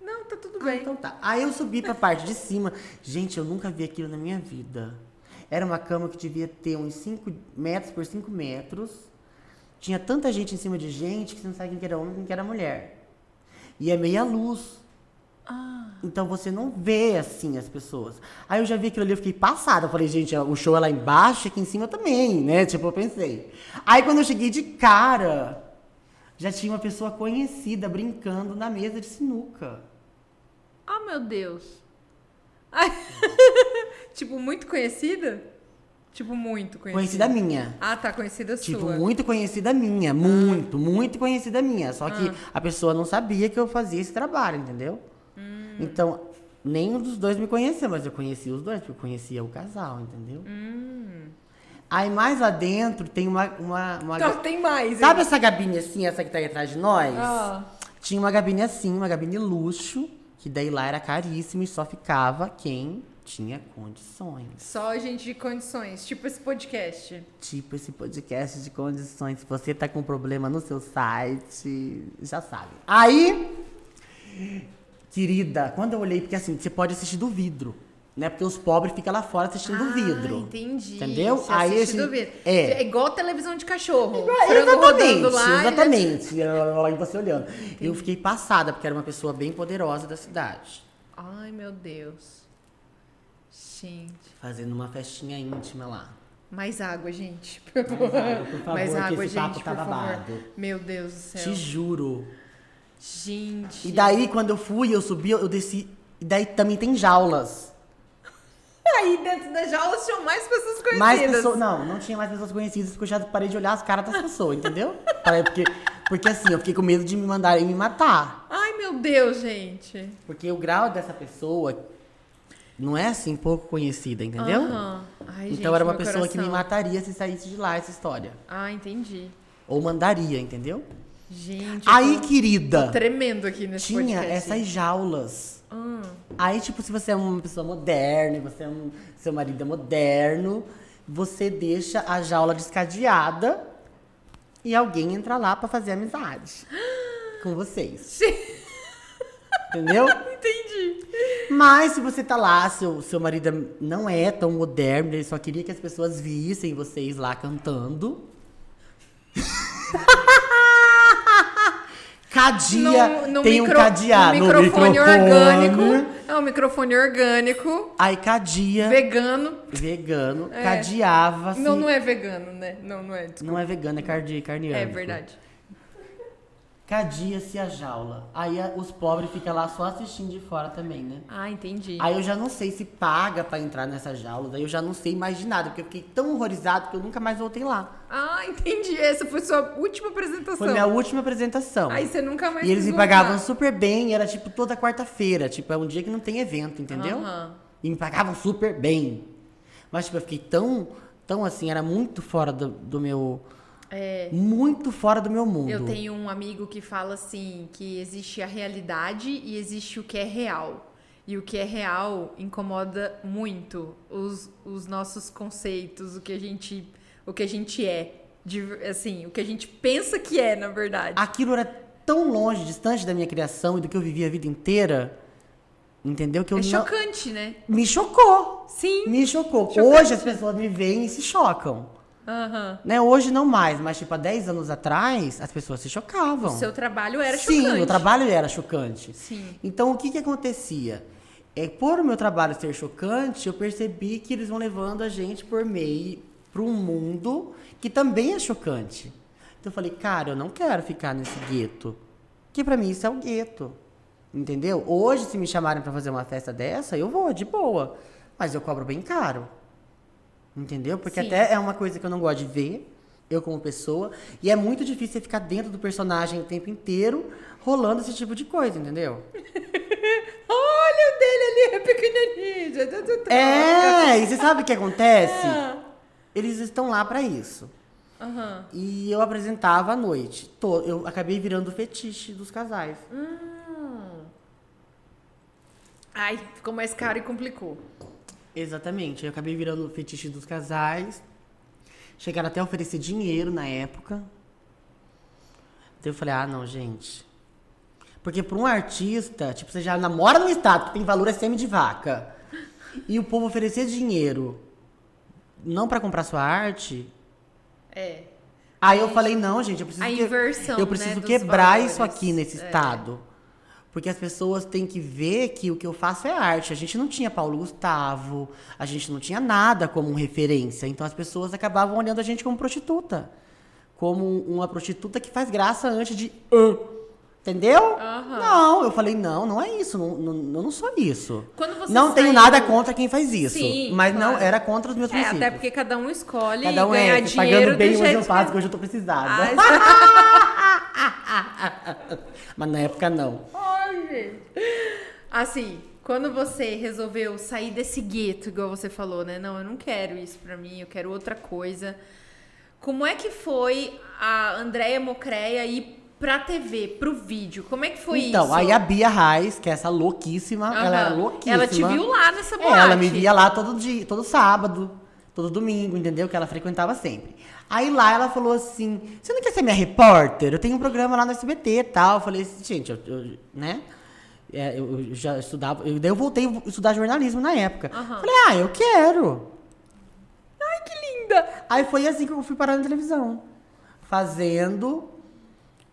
A: Não, tá tudo
B: Ah,
A: bem.
B: então tá. Aí eu subi pra parte de cima. Gente, eu nunca vi aquilo na minha vida. Era uma cama que devia ter uns 5 metros por 5 metros. Tinha tanta gente em cima de gente que você não sabe quem que era homem e quem que era mulher. E é meia luz.
A: Ah.
B: Então você não vê assim as pessoas. Aí eu já vi aquilo ali, eu fiquei passada. Eu falei, gente, o show é lá embaixo, aqui em cima também, né? Tipo, eu pensei. Aí quando eu cheguei de cara, já tinha uma pessoa conhecida brincando na mesa de sinuca.
A: Ah, meu Deus. Ai, tipo, muito conhecida? Tipo, muito conhecida.
B: Conhecida minha.
A: Ah, tá, conhecida
B: Tipo,
A: sua. Ah.
B: muito conhecida minha. Muito, muito conhecida minha. Só que a pessoa não sabia que eu fazia esse trabalho, entendeu?
A: Hum.
B: Então, nenhum dos dois me conheceu, mas eu conhecia os dois, porque eu conhecia o casal, entendeu?
A: Hum.
B: Aí mais lá dentro tem uma. uma, uma
A: Então, tem mais. hein?
B: Sabe essa gabine assim, essa que tá aí atrás de nós?
A: Ah.
B: Tinha uma gabine assim, uma gabine luxo, que daí lá era caríssima e só ficava quem tinha condições.
A: Só gente de condições. Tipo esse podcast.
B: Tipo esse podcast de condições. Se você tá com problema no seu site, já sabe. Aí, querida, quando eu olhei, porque assim, você pode assistir do vidro, né? Porque os pobres ficam lá fora assistindo do vidro.
A: Ah, entendi.
B: Entendeu?
A: Você
B: Aí
A: assiste
B: esse-
A: do vidro.
B: é.
A: É igual televisão de cachorro.
B: Ah,
A: Frango rodando lá. e vai-
B: exatamente. E você olhando. Eu fiquei passada, porque era uma pessoa bem poderosa da cidade.
A: Ai, meu Deus. Gente.
B: Fazendo uma festinha íntima lá.
A: Mais água, gente. Por favor.
B: Mais água, por favor,
A: Mais
B: que
A: água,
B: esse
A: gente,
B: papo tá
A: por favor.
B: babado.
A: Meu Deus do céu.
B: Te juro.
A: Gente.
B: E daí, quando eu fui, eu subi, eu desci. E daí também tem jaulas.
A: Aí dentro das jaulas tinham mais pessoas conhecidas.
B: Mais pessoas. Não, não tinha mais pessoas conhecidas, porque eu já parei de olhar as caras das pessoas, entendeu? Parei, porque, porque assim, eu fiquei com medo de me mandarem me matar.
A: Ai, meu Deus, gente.
B: Porque o grau dessa pessoa não é assim, pouco conhecida, entendeu?
A: Aham. Ai, gente,
B: então era uma
A: meu
B: pessoa que me
A: coração.
B: mataria se saísse de lá essa história.
A: Ah, entendi.
B: Ou mandaria, entendeu?
A: Tipo, Gente.
B: Aí,
A: eu tô
B: querida,
A: Tremendo aqui nesse
B: tinha
A: podcast.
B: essas jaulas.
A: Hum.
B: Aí, tipo, se você é uma pessoa moderna, e você é um, seu marido é moderno, você deixa a jaula descadeada e alguém entra lá pra fazer amizade com vocês. Entendeu?
A: Entendi.
B: Mas se você tá lá, seu, seu marido não é tão moderno, ele só queria que as pessoas vissem vocês lá cantando. Cadia,
A: Num- num
B: tem um
A: micro-
B: cadeado.
A: num microfone,
B: microfone.
A: orgânico. É um microfone orgânico,
B: Aí cadia.
A: vegano.
B: vegano,
A: É.
B: cadeava.
A: Não, não é vegano, né? Não, não é.
B: Não é vegano, é cardi, carniano.
A: É verdade.
B: cadia-se a jaula. Aí a- os pobres ficam lá só assistindo de fora também, né?
A: Ah, entendi.
B: Aí eu já não sei se paga pra entrar nessa jaula, daí eu já não sei mais de nada, porque eu fiquei tão horrorizado que eu nunca mais voltei lá.
A: Ah, entendi. Essa foi sua última apresentação.
B: Foi minha última apresentação.
A: Aí você nunca mais
B: E eles
A: quis
B: me pagavam
A: voltar.
B: super bem, era tipo toda quarta-feira, tipo, é um dia que não tem evento, entendeu?
A: Aham.
B: E me pagavam super bem. Mas, tipo, eu fiquei tão, tão assim, era muito fora do, do meu.
A: É,
B: Muito fora do meu mundo.
A: eu tenho um amigo que fala assim que existe a realidade e existe o que é real. E o que é real incomoda muito os, os nossos conceitos, o que a gente, o que a gente é, de- assim, o que a gente pensa que é, na verdade.
B: Aquilo era tão longe, distante da minha criação e do que eu vivia a vida inteira. Entendeu? Que eu
A: é
B: não.
A: chocante, né?
B: Me chocou.
A: Sim.
B: Me chocou.
A: Chocante.
B: Hoje as pessoas me veem e se chocam.
A: Aham.
B: Né? Hoje não mais, mas tipo, há 10 anos atrás, as pessoas se chocavam.
A: Seu trabalho era
B: Sim,
A: chocante.
B: o trabalho era chocante.
A: Sim.
B: Então, o que que acontecia? É, por o meu trabalho ser chocante, eu percebi que eles vão levando a gente por meio para um mundo que também é chocante. Então, eu falei, cara, eu não quero ficar nesse gueto. Que pra mim isso é o gueto. Entendeu? Hoje, se me chamarem pra fazer uma festa dessa, eu vou, de boa. Mas eu cobro bem caro. Entendeu? Porque
A: Sim.
B: até é uma coisa que eu não gosto de ver, eu como pessoa, e é muito difícil você ficar dentro do personagem o tempo inteiro rolando esse tipo de coisa, entendeu?
A: Olha o dele ali, é pequenininho.
B: É, e você sabe o que acontece?
A: Ah.
B: Eles estão lá pra isso.
A: Aham.
B: E eu apresentava à noite. To- Eu acabei virando o fetiche dos casais.
A: Hum. Ai, ficou mais caro e complicou.
B: Exatamente. Eu acabei virando o fetiche dos casais. Chegaram até a oferecer dinheiro na época. Então eu falei, ah, não, gente. Porque pra um artista, tipo, você já namora num estado que tem valor é semi de vaca. E o povo oferecer dinheiro não pra comprar sua arte.
A: É.
B: Aí eu falei, não, gente, eu preciso,
A: a
B: que-
A: inversão,
B: eu
A: né,
B: preciso
A: dos
B: quebrar
A: valores,
B: isso aqui nesse
A: é.
B: estado. Porque as pessoas têm que ver que o que eu faço é arte. A gente não tinha Paulo Gustavo, a gente não tinha nada como referência. Então as pessoas acabavam olhando a gente como prostituta. Como um, uma prostituta que faz graça antes de. "Ah". Entendeu?
A: Aham.
B: Não, eu falei, não, não é isso. Não, não, eu não sou isso.
A: Quando você
B: não tenho
A: saiu-
B: nada contra quem faz isso.
A: Sim,
B: mas não
A: claro.
B: era contra os meus
A: É,
B: princípios.
A: até porque cada um escolhe
B: Cada um
A: e ganhar
B: é, se
A: dinheiro
B: pagando bem
A: do
B: hoje
A: jeito
B: eu faço, que tá
A: que... é.
B: hoje eu tô precisada.
A: Ah, isso-
B: Mas na época não.
A: Ai, gente. Assim, quando você resolveu sair desse gueto, igual você falou, né? Não, eu não quero isso pra mim, eu quero outra coisa. Como é que foi a Andréia Mocreia ir pra TV, pro vídeo? Como é que foi
B: então,
A: isso?
B: aí a Bia Reis, que é essa louquíssima,
A: Aham.
B: ela era louquíssima.
A: Ela te viu lá nessa
B: É,
A: boate.
B: ela me via lá todo dia, todo sábado, todo domingo, entendeu? Que ela frequentava sempre. Aí lá ela falou assim: Você não quer ser minha repórter? Eu tenho um programa lá no SBT e tal. Eu falei assim, gente, eu, eu- né? É, eu, eu já estudava. Eu, daí eu voltei a estudar jornalismo na época.
A: Aham.
B: Falei, ah, eu quero.
A: Ai, que linda!
B: Aí foi assim que eu fui parar na televisão. Fazendo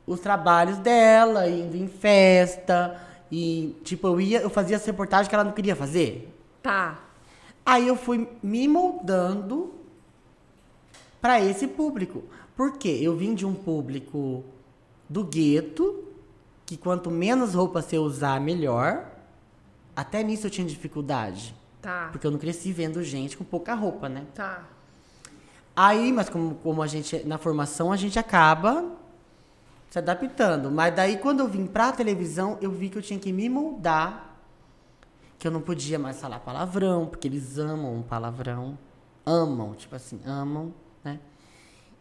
B: os trabalhos dela, indo em festa. E, tipo, eu ia, eu fazia as reportagens que ela não queria fazer.
A: Tá.
B: Aí eu fui me moldando para esse público. Por quê? Eu vim de um público do gueto, que quanto menos roupa você usar, melhor. Até nisso eu tinha dificuldade.
A: Tá.
B: Porque eu não cresci vendo gente com pouca roupa, né?
A: Tá.
B: Aí, mas como, como a gente, na formação, a gente acaba se adaptando. Mas daí, quando eu vim pra televisão, eu vi que eu tinha que me moldar. Que eu não podia mais falar palavrão, porque eles amam um palavrão. Amam, tipo assim, amam, né?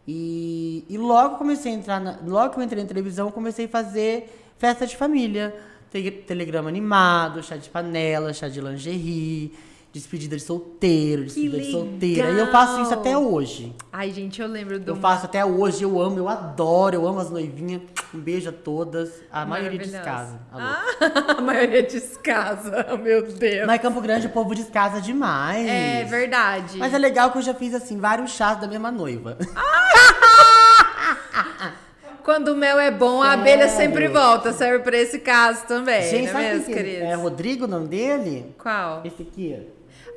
B: E, e logo comecei a entrar na, logo que eu entrei na televisão, eu comecei a fazer festa de família, te- telegrama animado, chá de panela, chá de lingerie, despedida de solteiro, despedida de solteira. E eu faço isso
A: legal!
B: até hoje.
A: Ai, gente, eu lembro do
B: Eu faço até hoje, eu amo, eu adoro, eu amo as noivinhas. Um beijo a todas. A maioria
A: Maravilhosa.
B: descasa. a louca.
A: Ah, a maioria descasa, meu Deus.
B: Mas em Campo Grande o povo descasa demais.
A: É verdade.
B: Mas é legal que eu já fiz assim vários chás da mesma noiva.
A: quando o mel é bom, a
B: Sério?
A: abelha sempre volta. Serve pra esse caso também,
B: Gente,
A: não é
B: sabe
A: mesmo,
B: quem que
A: queridos?
B: é Rodrigo o nome dele?
A: Qual?
B: Esse aqui.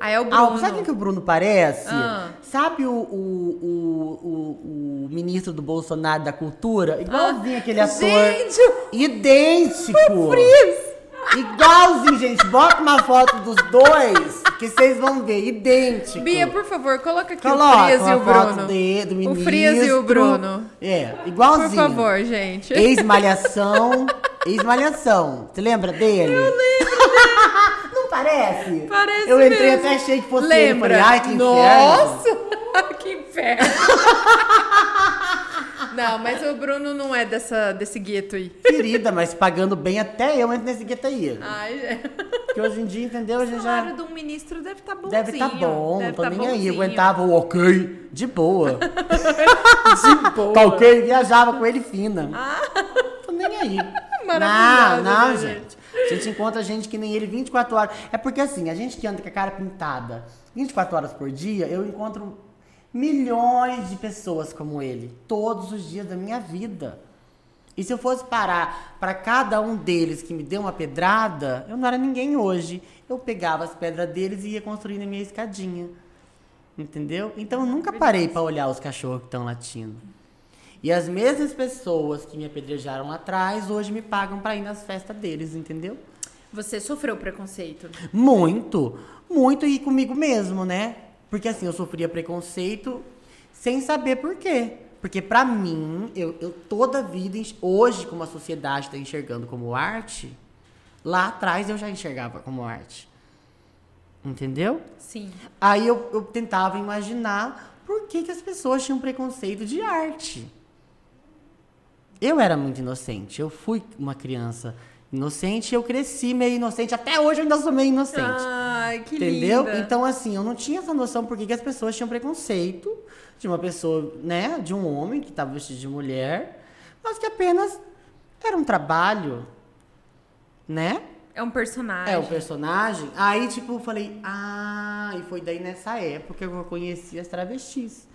A: Aí é o
B: Ah,
A: Bruno.
B: sabe quem que o Bruno parece?
A: Ah.
B: Sabe o, o, o, o- o ministro do Bolsonaro da Cultura? Igualzinho aquele ator.
A: Ah, Gente,
B: Idêntico!
A: Fris!
B: Igualzinho, gente. Bota uma foto dos dois que vocês vão ver. Idêntico.
A: Bia, por favor, coloca aqui o
B: Coloca
A: Frias e
B: uma
A: o
B: foto
A: Bruno.
B: de, do
A: o
B: ministro.
A: Frias e o Bruno.
B: É,
A: Por
B: igualzinho.
A: favor, gente.
B: Ex-malhação. Ex-malhação. Você lembra dele? Eu lembro. Não parece?
A: Parece
B: Eu entrei
A: mesmo.
B: até achei que fosse
A: Lembra?
B: ele. Falei, Ai, que inferno.
A: Nossa! que inferno! não, mas o Bruno não é dessa, desse gueto aí.
B: Querida, mas pagando bem até eu entro nesse gueto aí.
A: Ai, é. gente.
B: Porque hoje em dia, entendeu? A gente
A: O
B: já...
A: salário de um ministro deve estar tá bonzinho.
B: Deve tá bom,
A: deve
B: não tô
A: tá
B: nem aí.
A: bonzinho.
B: Eu aguentava o ok de boa. de boa. Tá ok, viajava com ele fina. Tô nem aí.
A: Maravilhosa,
B: Não, não,
A: né,
B: gente. A gente encontra gente que nem ele 24 horas. É porque assim, a gente que anda com a cara pintada 24 horas por dia, eu encontro milhões de pessoas como ele. Todos os dias da minha vida. E se eu fosse parar para cada um deles que me deu uma pedrada, eu não era ninguém hoje. Eu pegava as pedras deles e ia construindo a minha escadinha. Entendeu? Então eu nunca parei para olhar os cachorros que estão latindo. E as mesmas pessoas que me apedrejaram lá atrás, hoje me pagam para ir nas festas deles, entendeu?
A: Você sofreu preconceito.
B: Muito, muito e comigo mesmo, né? Porque assim, eu sofria preconceito sem saber por quê. Porque pra mim, eu, eu toda a vida, enx- hoje como a sociedade está enxergando como arte, lá atrás eu já enxergava como arte. Entendeu?
A: Sim.
B: Aí eu, eu tentava imaginar por que, que as pessoas tinham preconceito de arte. Eu era muito inocente. Eu fui uma criança inocente. Eu cresci meio inocente. Até hoje eu ainda sou meio inocente.
A: Ai, Ah, que
B: Entendeu?
A: linda.
B: Então, assim, eu não tinha essa noção por que que as pessoas tinham preconceito de uma pessoa, né? De um homem que estava vestido de mulher, mas que apenas era um trabalho, né?
A: É um personagem.
B: É, o personagem. Aí, tipo, eu falei, ah, e foi daí nessa época que eu conheci as travestis,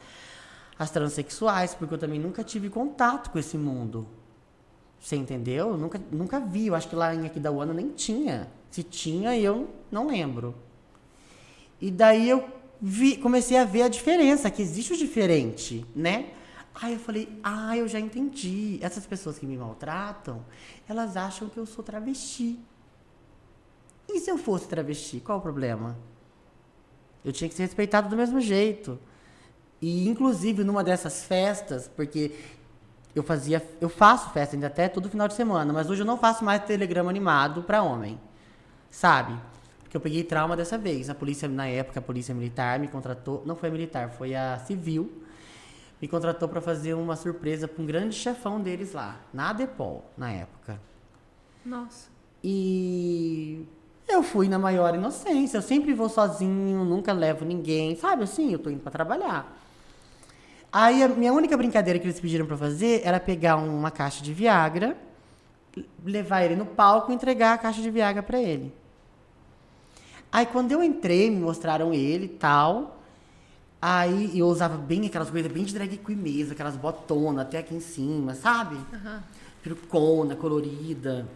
B: as transexuais, porque eu também nunca tive contato com esse mundo. Você entendeu? Eu nunca, nunca vi. Eu acho que lá em Aquidauana nem tinha. Se tinha, eu não lembro. E daí eu vi- comecei a ver a diferença, que existe o diferente, né? Aí eu falei, ah, eu já entendi. Essas pessoas que me maltratam, elas acham que eu sou travesti. E se eu fosse travesti, qual o problema? Eu tinha que ser respeitado do mesmo jeito. E inclusive numa dessas festas, porque eu fazia, eu faço festa ainda até todo final de semana, mas hoje eu não faço mais telegrama animado para homem. Sabe? Porque eu peguei trauma dessa vez. A polícia na época, a polícia militar me contratou, não foi a militar, foi a civil. Me contratou para fazer uma surpresa para um grande chefão deles lá, na Depol, na época.
A: Nossa.
B: E eu fui na maior inocência. Eu sempre vou sozinho, nunca levo ninguém. Sabe assim, eu tô indo pra trabalhar. Aí a minha única brincadeira que eles pediram pra fazer era pegar uma caixa de Viagra, levar ele no palco e entregar a caixa de Viagra pra ele. Aí quando eu entrei, me mostraram ele e tal. Aí eu usava bem aquelas coisas bem de drag queen mesmo, aquelas botonas até aqui em cima, sabe? Perucona, colorida.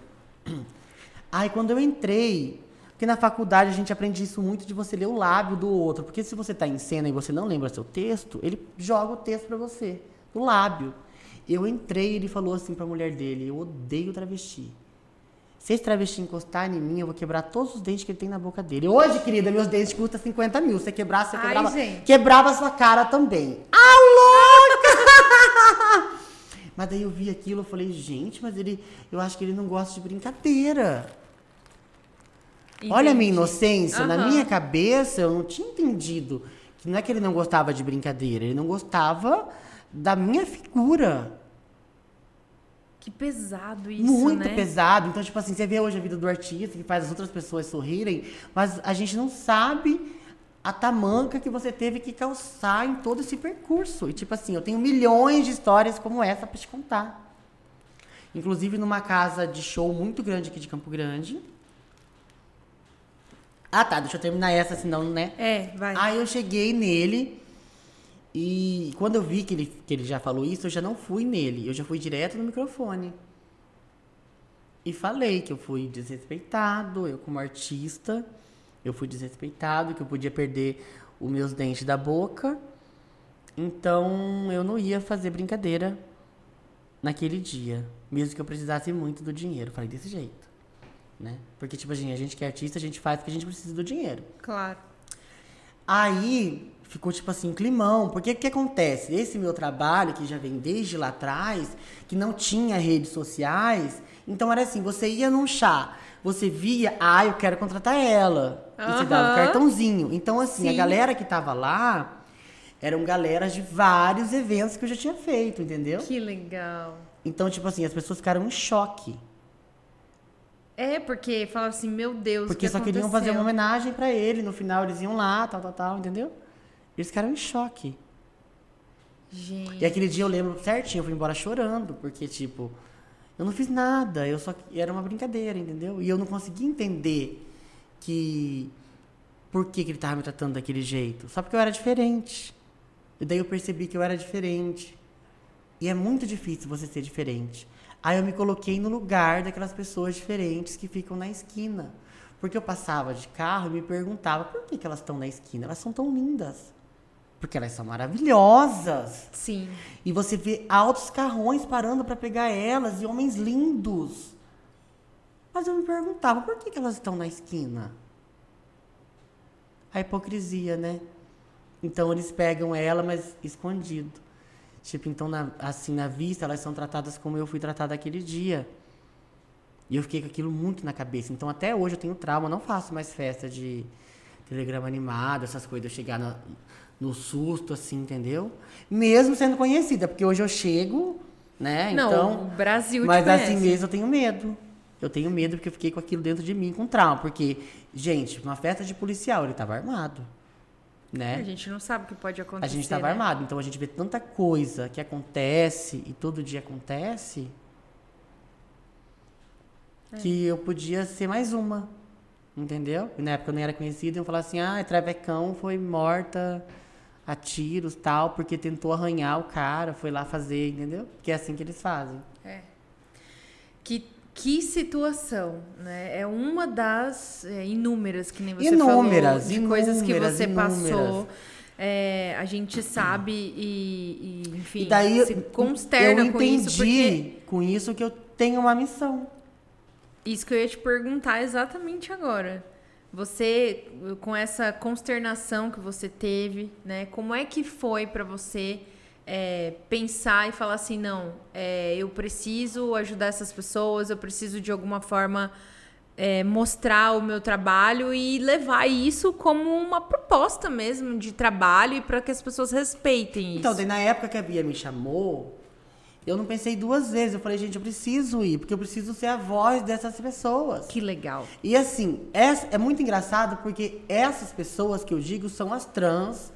B: Aí quando eu entrei, porque na faculdade a gente aprende isso muito de você ler o lábio do outro, porque se você tá em cena e você não lembra seu texto, ele joga o texto para você, do lábio. Eu entrei e ele falou assim pra mulher dele: "Eu odeio travesti. Se esse travesti encostar em mim, eu vou quebrar todos os dentes que ele tem na boca dele. Hoje, querida, meus dentes custam 50 mil. Se você quebrasse, eu
A: Ai,
B: quebrava,
A: gente.
B: quebrava a sua cara também. A louca! mas daí eu vi aquilo, eu falei, gente, mas ele. Eu acho que ele não gosta de brincadeira. Olha a minha
A: Entendi.
B: inocência. Na
A: Aham.
B: minha cabeça, eu não tinha entendido que não é que ele não gostava de brincadeira, ele não gostava da minha figura.
A: Que pesado isso,
B: muito
A: né?
B: pesado. Então, tipo assim, você vê hoje a vida do artista que faz as outras pessoas sorrirem, mas a gente não sabe a tamanca que você teve que calçar em todo esse percurso. E, tipo assim, eu tenho milhões de histórias como essa pra te contar. Inclusive numa casa de show muito grande aqui de Campo Grande. Ah, tá, deixa eu terminar essa, senão, né?
A: É, vai.
B: Aí eu cheguei nele e E quando eu vi que ele, que ele já falou isso, eu já não fui nele. Eu já fui direto no microfone. E falei que eu fui desrespeitado, eu como artista, eu fui desrespeitado, que eu podia perder os meus dentes da boca. Então eu não ia fazer brincadeira naquele dia, mesmo que eu precisasse muito do dinheiro. Falei desse jeito, né? Porque tipo assim, a gente que é artista, a gente faz porque a gente precisa do dinheiro.
A: Claro.
B: Aí ficou tipo assim, climão, porque o que acontece? Esse meu trabalho, que já vem desde lá atrás, que não tinha redes sociais, então era assim, você ia num chá, você via, ah, eu quero contratar ela. E você dava o
A: Aham.
B: cartãozinho. Então, assim, a
A: Sim.
B: galera que tava lá eram galeras de vários eventos que eu já tinha feito, entendeu?
A: Que legal.
B: Então, tipo assim, as pessoas ficaram em choque.
A: É, porque falaram assim, meu Deus,
B: Porque
A: o que
B: só queriam fazer
A: aconteceu?
B: uma homenagem pra ele, no final eles iam lá, tal, tal, tal, entendeu? Eles ficaram em choque. E
A: Gente,
B: aquele dia eu lembro certinho, eu fui embora chorando, porque, tipo, eu não fiz nada, eu só. Era uma brincadeira, entendeu? E eu não conseguia entender que. Por que, que ele tava me tratando daquele jeito? Só porque eu era diferente. E daí eu percebi que eu era diferente. E é muito difícil você ser diferente. Aí eu me coloquei no lugar daquelas pessoas diferentes que ficam na esquina. Porque eu passava de carro e me perguntava por que, que elas estão na esquina? Elas são tão lindas. Porque elas são maravilhosas.
A: sim.
B: E você vê altos carrões parando pra pegar elas e homens lindos. Mas eu me perguntava, por que, que elas estão na esquina? A hipocrisia, né? Então eles pegam ela, mas escondido. Tipo, então, na- assim, na vista, elas são tratadas como eu fui tratada aquele dia. E eu fiquei com aquilo muito na cabeça. Então, até hoje eu tenho trauma, eu não faço mais festa de telegrama animado, essas coisas, eu chegar na- no susto, assim, entendeu? Mesmo sendo conhecida, porque hoje eu chego, né?
A: Não,
B: então,
A: o Brasil te
B: Mas
A: conhece.
B: assim mesmo eu tenho medo. Eu tenho medo porque eu fiquei com aquilo dentro de mim, com trauma. Porque, gente, uma festa de policial, ele tava armado. Né?
A: A gente não sabe o que pode acontecer.
B: A gente estava
A: né?
B: armado, então a gente vê tanta coisa que acontece e todo dia acontece
A: É.
B: que eu podia ser mais uma, entendeu? E na época eu nem era conhecida, iam falar assim, ah, é Travecão foi morta a tiros tal, porque tentou arranhar o cara, foi lá fazer, entendeu? Porque é assim que eles fazem.
A: É. Que, que situação, né? É uma das é, inúmeras, que nem você
B: Inúmeras,
A: falou, de coisas que
B: inúmeras,
A: você passou.
B: inúmeras.
A: É, a gente sabe e, e, enfim,
B: e daí
A: se consterna
B: eu
A: com isso. Porque
B: entendi com isso que eu tenho uma missão.
A: Isso que eu ia te perguntar exatamente agora. Você, com essa consternação que você teve, né? Como é que foi pra você é, pensar e falar assim, não, é, eu preciso ajudar essas pessoas, eu preciso de alguma forma é, mostrar o meu trabalho e levar isso como uma proposta mesmo de trabalho e pra que as pessoas respeitem isso.
B: Então, daí na época que a Bia me chamou, eu não pensei duas vezes. Eu falei, gente, eu preciso ir, porque eu preciso ser a voz dessas pessoas.
A: Que legal.
B: E assim, essa- é muito engraçado porque essas pessoas que eu digo são as trans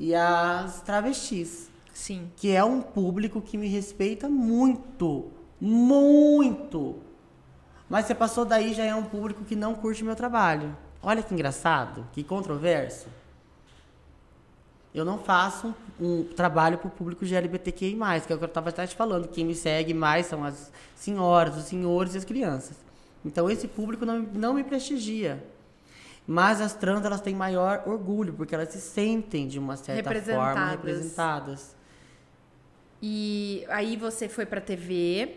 B: e as travestis
A: Sim.
B: que é um público que me respeita muito, muito. Mas você passou daí já é um público que não curte meu trabalho. Olha que engraçado, que controverso. Eu não faço um, um trabalho para o público GLBTQI+, que é o que eu estava até te falando. Quem me segue mais são as senhoras, os senhores e as crianças. Então esse público não, não me prestigia. Mas as trans elas têm maior orgulho, porque elas se sentem de uma certa forma
A: Representadas.
B: representadas.
A: E aí você foi pra TV.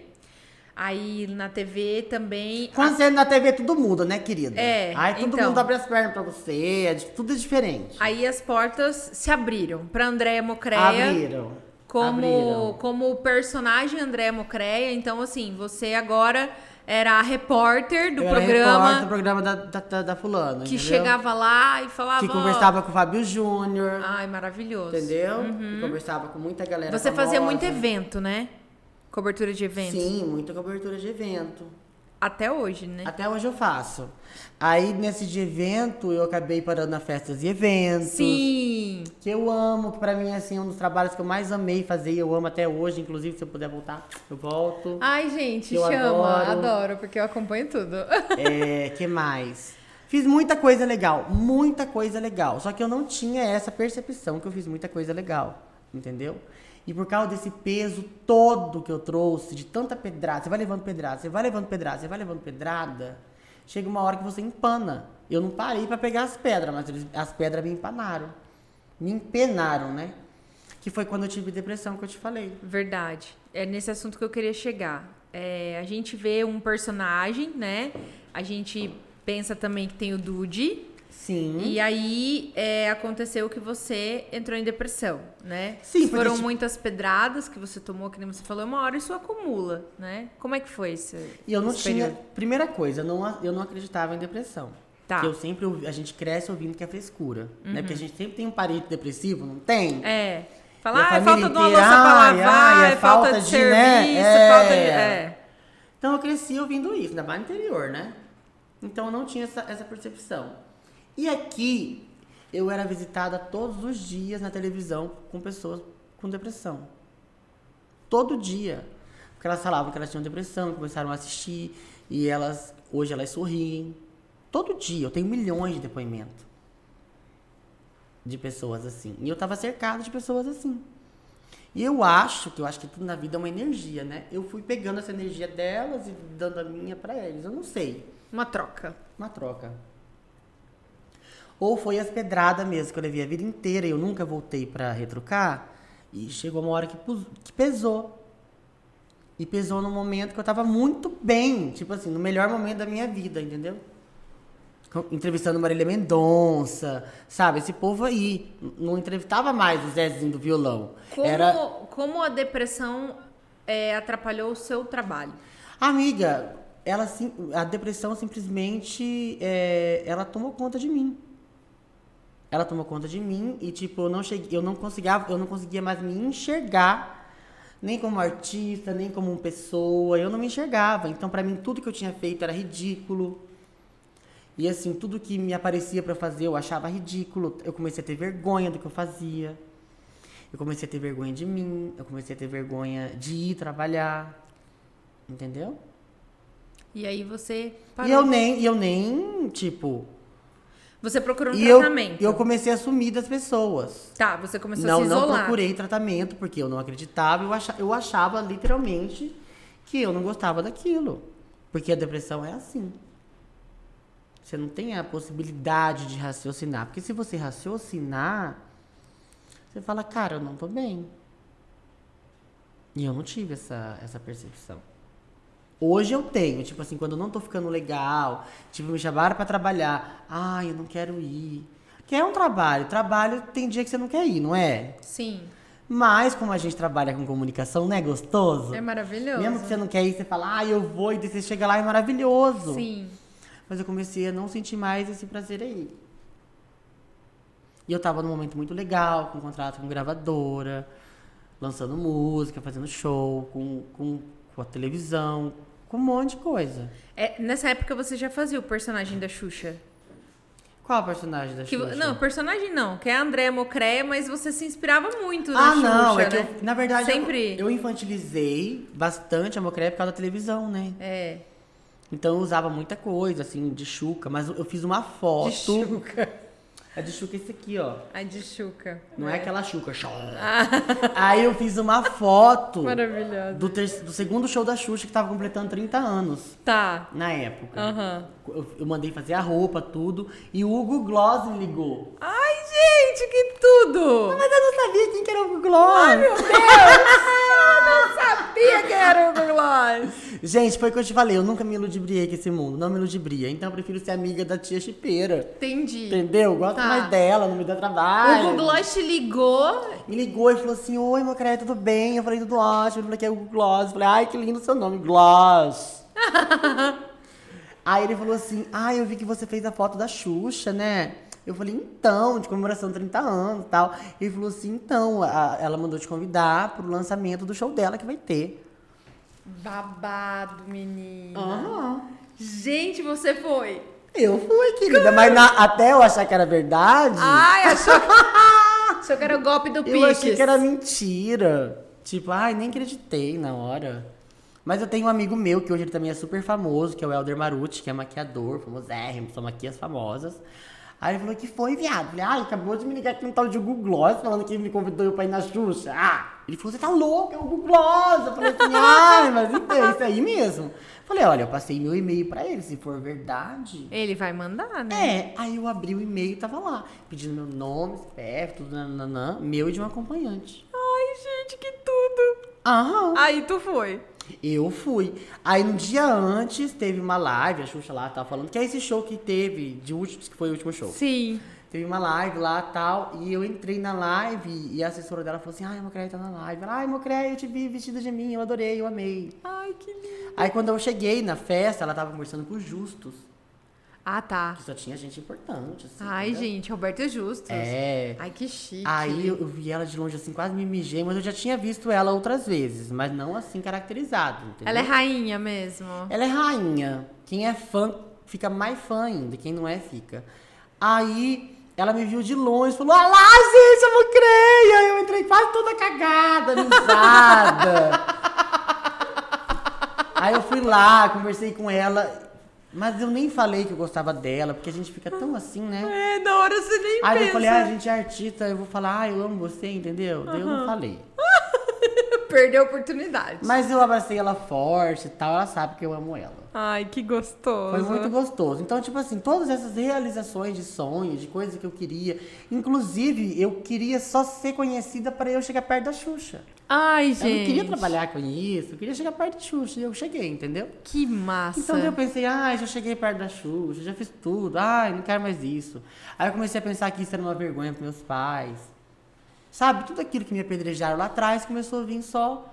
A: Aí na TV também.
B: Quando você é na TV, tudo muda, né, querida?
A: É,
B: Aí todo
A: então.
B: mundo abre as pernas pra você, é di- tudo é diferente.
A: Aí as portas se abriram pra Andréia Mocreia.
B: Abriram.
A: Como,
B: abriram.
A: como personagem Andréia Mocreia. Então, assim, você agora era a repórter do
B: Eu era
A: programa
B: repórter do programa da, da, da, da fulana,
A: que
B: entendeu?
A: chegava Ah, lá e falava.
B: Que
A: ó,
B: conversava com o Fábio Júnior,
A: Ai, maravilhoso.
B: entendeu? Que Conversava com muita galera
A: Uhum. Você fazia
B: famosa.
A: muito evento, né? Cobertura de evento.
B: Sim, muita cobertura de evento.
A: Até hoje, né?
B: Até hoje eu faço. Aí, nesse de evento, eu acabei parando na festas e eventos.
A: Sim.
B: Que eu amo, que pra mim, assim, é um dos trabalhos que eu mais amei fazer. e Eu amo até hoje, inclusive, se eu puder voltar, eu volto.
A: Ai, gente,
B: Eu
A: chama.
B: adoro.
A: adoro, porque eu acompanho tudo.
B: É, que mais? Fiz muita coisa legal, muita coisa legal. Só que eu não tinha essa percepção que eu fiz muita coisa legal. Entendeu? E por causa desse peso todo que eu trouxe, de tanta pedrada, você vai levando pedrada, você vai levando pedrada, você vai levando pedrada, chega uma hora que você empana. Eu não parei pra pegar as pedras, mas eles- as pedras me empanaram. Me empenaram, né? Que foi quando eu tive depressão que eu te falei.
E: Verdade. É nesse assunto que eu queria chegar. É, a gente vê um personagem, né? A gente pensa também que tem o Dude.
B: Sim.
E: E aí é, aconteceu que você entrou em depressão, né?
B: Sim, porque,
E: Foram
B: tipo-
E: muitas pedradas que você tomou, que nem você falou, uma hora isso acumula, né? Como é que foi isso?
B: E eu não
E: esse
B: tinha.
E: período?
B: Primeira coisa, eu não, a- eu não acreditava em depressão.
E: Tá. Uhum.
B: Que eu sempre ouvi- a gente cresce ouvindo que é frescura. Né? Porque a gente sempre tem um parente depressivo, não tem?
E: É.
B: E a
E: Falar, ah, é
B: família
E: falta de uma
B: inteira,
E: louça pra
B: ai,
E: lavar,
B: ai,
E: é falta de
B: né?
E: serviço,
B: É.
E: falta de. É.
B: Então eu cresci ouvindo isso, ainda mais no interior, né? Então eu não tinha essa, essa percepção. E aqui eu era visitada todos os dias na televisão com pessoas com depressão. Todo dia. Porque elas falavam que elas tinham depressão, começaram a assistir e elas hoje elas sorriem. Todo dia, eu tenho milhões de depoimentos de pessoas assim. E eu tava cercado de pessoas assim. E eu acho que eu acho que tudo na vida é uma energia, né? Eu fui pegando essa energia delas e dando a minha pra eles. Eu não sei.
E: Uma troca.
B: Uma troca. Ou foi as pedradas mesmo que eu levei a vida inteira e eu nunca voltei pra retrucar. E chegou uma hora que, pus- que pesou. E pesou num momento que eu tava muito bem, tipo assim, no melhor momento da minha vida, entendeu? Com- Entrevistando Marília Mendonça, sabe? Esse povo aí. N- Não entrevistava mais o Zezinho do violão.
E: Como,
B: Era
E: como a depressão é, atrapalhou o seu trabalho?
B: Amiga, ela sim, a depressão simplesmente é, ela tomou conta de mim. Ela tomou conta de mim e tipo, eu não cheguei, eu não conseguia, eu não conseguia mais me enxergar nem como artista, nem como pessoa, eu não me enxergava. Então, pra mim tudo que eu tinha feito era ridículo. E assim, tudo que me aparecia pra fazer, eu achava ridículo. Eu comecei a ter vergonha do que eu fazia. Eu comecei a ter vergonha de mim, eu comecei a ter vergonha de ir trabalhar. Entendeu?
E: E aí você
B: E
E: parou.
B: eu nem, e eu nem, tipo.
E: Você procurou um
B: e eu,
E: tratamento.
B: e eu comecei a sumir das pessoas.
E: Tá, você começou a
B: não,
E: se
B: não
E: isolar.
B: procurei tratamento, porque eu não acreditava, eu achava, eu achava literalmente que eu não gostava daquilo. Porque a depressão é assim. Você não tem a possibilidade de raciocinar. Porque se você raciocinar, você fala, cara, eu não tô bem. E eu não tive essa, essa percepção. Hoje eu tenho, tipo assim, quando eu não tô ficando legal, tipo, me chamaram pra trabalhar, ai, eu não quero ir. Que é um trabalho, trabalho tem dia que você não quer ir, não é?
E: Sim.
B: Mas como a gente trabalha com comunicação, não é gostoso?
A: É maravilhoso.
B: Mesmo que você não quer ir, você fala, ah, eu vou, e daí você chega lá e é maravilhoso.
E: Sim.
B: Mas eu comecei a não sentir mais esse prazer aí. E eu tava num momento muito legal, com contrato com gravadora, lançando música, fazendo show, com, com, com a televisão, com um monte de coisa.
E: É, nessa época você já fazia o personagem da Xuxa.
B: Qual a personagem da
E: Que, vo-
B: Xuxa?
E: Não, personagem não, que é a Andréa Mocreia, mas você se inspirava muito na
B: Ah,
E: Xuxa,
B: não, é
E: né?
B: que eu, na verdade, eu-
E: Sempre.
B: eu, infantilizei bastante a Mocréia por causa da televisão, né?
E: É.
B: Então eu usava muita coisa, assim, de chuca, mas eu eu fiz uma foto.
E: De Xuca.
B: É de chuca esse aqui, ó.
E: A de Xuca.
B: Não é, aquela chuca.
E: Ah.
B: Aí eu fiz uma foto
A: Maravilhosa.
B: do, ter- do segundo show da Xuxa, que tava completando 30 anos
E: Tá.
B: na época.
E: Aham.
B: Eu, eu mandei fazer a roupa, tudo. E o Hugo Gloss me ligou.
E: Ai, gente, que tudo!
B: Mas eu não sabia quem que era o Hugo Gloss.
A: Sabia que era o Gloss.
B: Gente, foi o que eu te falei. Eu nunca me ludibriei com esse mundo. Não me ludibria. Então eu prefiro ser amiga da tia chipeira.
A: Entendi.
B: Entendeu? Gosto
E: Tá.
B: mais dela, não me dá
E: O
B: trabalho.
E: Google Gloss te ligou.
B: Me ligou e falou assim: Oi, meu credo, tudo bem? Eu falei: Tudo ótimo. Ele falou que é o Gloss. Eu falei: Ai, que lindo seu nome, Gloss. Aí ele falou assim: Ah, eu vi que você fez a foto da Xuxa, né? Eu falei: Então, de comemoração de 30 anos e tal. Ele falou assim: Então, a- ela mandou te convidar pro lançamento do show dela que vai ter.
A: Babado, menina.
B: Aham.
A: Gente, você foi.
B: Eu fui, querida, mas na- até eu achar que era verdade,
A: Ai, achou achou que era o golpe do
B: eu
A: Piques.
B: achei que era mentira. Tipo, ai, nem acreditei na hora. Mas eu tenho um amigo meu, que hoje ele também é super famoso, que é o Helder Maruti, que é maquiador, famosérrimo, só maquia as famosas. Aí ele falou, que foi, viado? Eu Falei, ai, acabou de me ligar aqui um tal de Hugo Gloss, falando que me convidou eu pra ir na Xuxa. Ah! Ele falou, você tá louco, é o Hugo Gloss. Eu falei assim, ai, mas então, é isso aí mesmo. Eu Falei, olha, eu passei meu e-mail pra ele, se for verdade.
A: Ele vai mandar, né?
B: É, aí eu abri o e-mail e tava lá, pedindo meu nome, CPF, tudo, nananã, meu e de um acompanhante.
A: Ai, gente, que tudo.
B: Aham.
A: Aí tu foi.
B: Eu fui. Aí no dia antes teve uma live, a Xuxa lá tava falando, que é esse show que teve, de último, que foi o último show.
A: Sim.
B: Teve uma live lá tal, e eu entrei na live e a assessora dela falou assim: Ai, Mocréia tá na live. Ela, Ai, Mocréia, eu te vi vestida de mim, eu adorei, eu amei.
A: Ai, que lindo.
B: Aí quando eu cheguei na festa, ela tava conversando com os justos,
A: Ah, tá.
B: que só tinha gente importante. Assim,
A: Ai,
B: entendeu?
A: gente, Roberto Justus.
B: É.
A: Ai, que chique.
B: Aí eu eu vi ela de longe assim, quase me mijei, mas eu já tinha visto ela outras vezes, mas não assim caracterizado. Entendeu?
A: Ela é rainha mesmo.
B: Ela é rainha. Quem é fã fica mais fã ainda. Quem não é, fica. Aí ela me viu de longe e falou: Olha lá, gente, eu não creia! Eu entrei quase toda cagada, mijada. Aí eu fui lá, conversei com ela. Mas eu nem falei que eu gostava dela, porque a gente fica tão assim, né?
A: É, na hora você nem
B: Aí eu falei, ah, a gente é artista, eu vou falar, ah, eu amo você, entendeu? Daí eu não falei.
F: Perdeu a oportunidade.
B: Mas eu abracei ela forte e tal, ela sabe que eu amo ela.
A: Ai, que gostoso.
B: Foi muito gostoso. Então, tipo assim, todas essas realizações de sonhos, de coisas que eu queria. Inclusive, eu queria só ser conhecida para eu chegar perto da Xuxa.
A: Ai,
B: Eu não
A: gente.
B: queria trabalhar com isso, eu queria chegar perto da Xuxa. E eu cheguei, entendeu?
A: Que massa.
B: Então daí eu pensei, ah, já cheguei perto da Xuxa, já fiz tudo, ai, não quero mais isso. Aí eu comecei a pensar que isso era uma vergonha para meus pais. Sabe, tudo aquilo que me apedrejaram lá atrás começou a vir só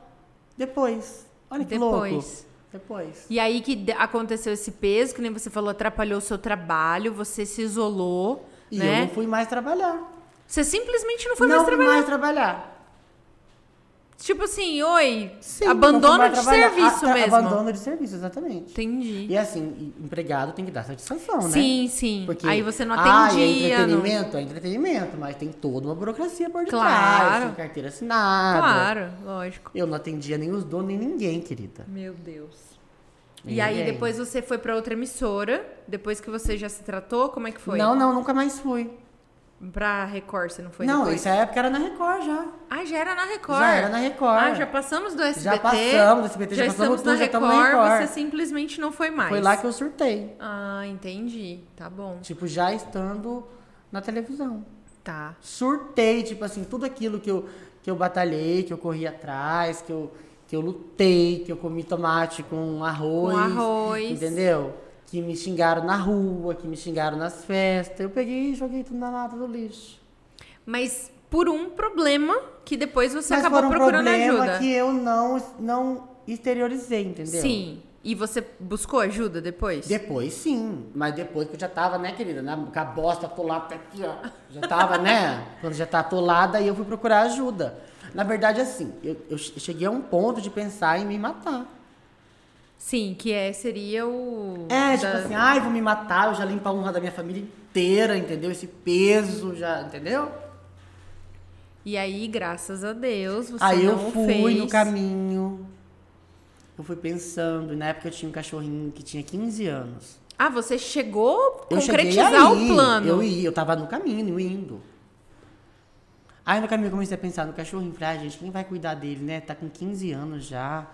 B: depois. Olha que louco.
A: Depois.
B: Depois.
A: E aí que de- aconteceu esse peso, que nem você falou, atrapalhou o seu trabalho, você se isolou,
B: E eu
A: né?
B: não fui mais trabalhar.
A: Você simplesmente não foi
B: não
A: mais
B: fui
A: trabalhar.
B: mais trabalhar.
A: Tipo assim, oi,
B: Sim, não fui
A: abandono
B: mais
A: de
B: trabalhar.
A: serviço
B: Ah, tá,
A: mesmo.
B: Abandono de serviço, exatamente.
A: Entendi.
B: E assim, e- empregado tem que dar satisfação, né?
A: Sim, sim.
B: Porque,
A: Aí você não
B: ah, é
A: atendia, não-
B: entretenimento? É entretenimento, mas tem toda uma burocracia por
A: Claro.
B: detrás. Tem carteira assinada.
A: Claro, lógico.
B: Eu não atendia nem os donos, nem ninguém, querida.
A: Meu Deus. E
B: Ninguém.
A: aí depois você foi pra outra emissora, depois que você já se tratou, como é que foi?
B: Não, não, nunca mais fui.
A: Pra Record, você não foi
B: não,
A: depois?
B: essa época era na Record já.
A: Ah, já era na Record.
B: Já era na Record.
A: Ah, já passamos do SBT.
B: passamos do SBT, já
A: estamos
B: passamos
A: na
B: tudo, já
A: Record,
B: estamos na Record.
A: Você simplesmente não foi mais.
B: Foi lá que eu surtei.
A: Ah, entendi. Tá bom.
B: Tipo, já estando na televisão.
A: Tá.
B: surtei, tipo assim, tudo aquilo que eu, que eu batalhei, que eu corri atrás, que eu, que eu lutei, que eu comi tomate com arroz.
A: Com arroz.
B: Entendeu? Que me xingaram na rua, que me xingaram nas festas. Eu peguei e joguei tudo na lata do lixo.
A: Mas por um problema que depois você
B: Mas
A: acabou
B: foi um
A: procurando
B: problema
A: ajuda.
B: que eu não, não exteriorizei, entendeu?
A: Sim. E você buscou ajuda depois?
B: Depois sim, mas depois que eu já tava, né, querida, na, com a bosta atolada até aqui, ó. Já tava, né? Quando já tá atolada, aí eu fui procurar ajuda. Na verdade, assim, eu, eu che- cheguei a um ponto de pensar em me matar.
A: Sim, que é, seria o.
B: É, tipo
A: da-
B: assim, ai, vou me matar, eu já limpo a honra da minha família inteira, entendeu? Esse peso, já, entendeu?
A: E aí, graças a Deus, você
B: aí eu
A: não
B: fui
A: fez.
B: no caminho. Eu fui pensando, e na época eu tinha um cachorrinho que tinha 15 anos.
A: Ah, você chegou a
B: Eu cheguei
A: concretizar
B: aí,
A: o plano.
B: Eu ia, eu tava no caminho, indo. Aí no caminho eu comecei a pensar no cachorrinho. Falei, ah, gente, quem vai cuidar dele, né? Tá com 15 anos já.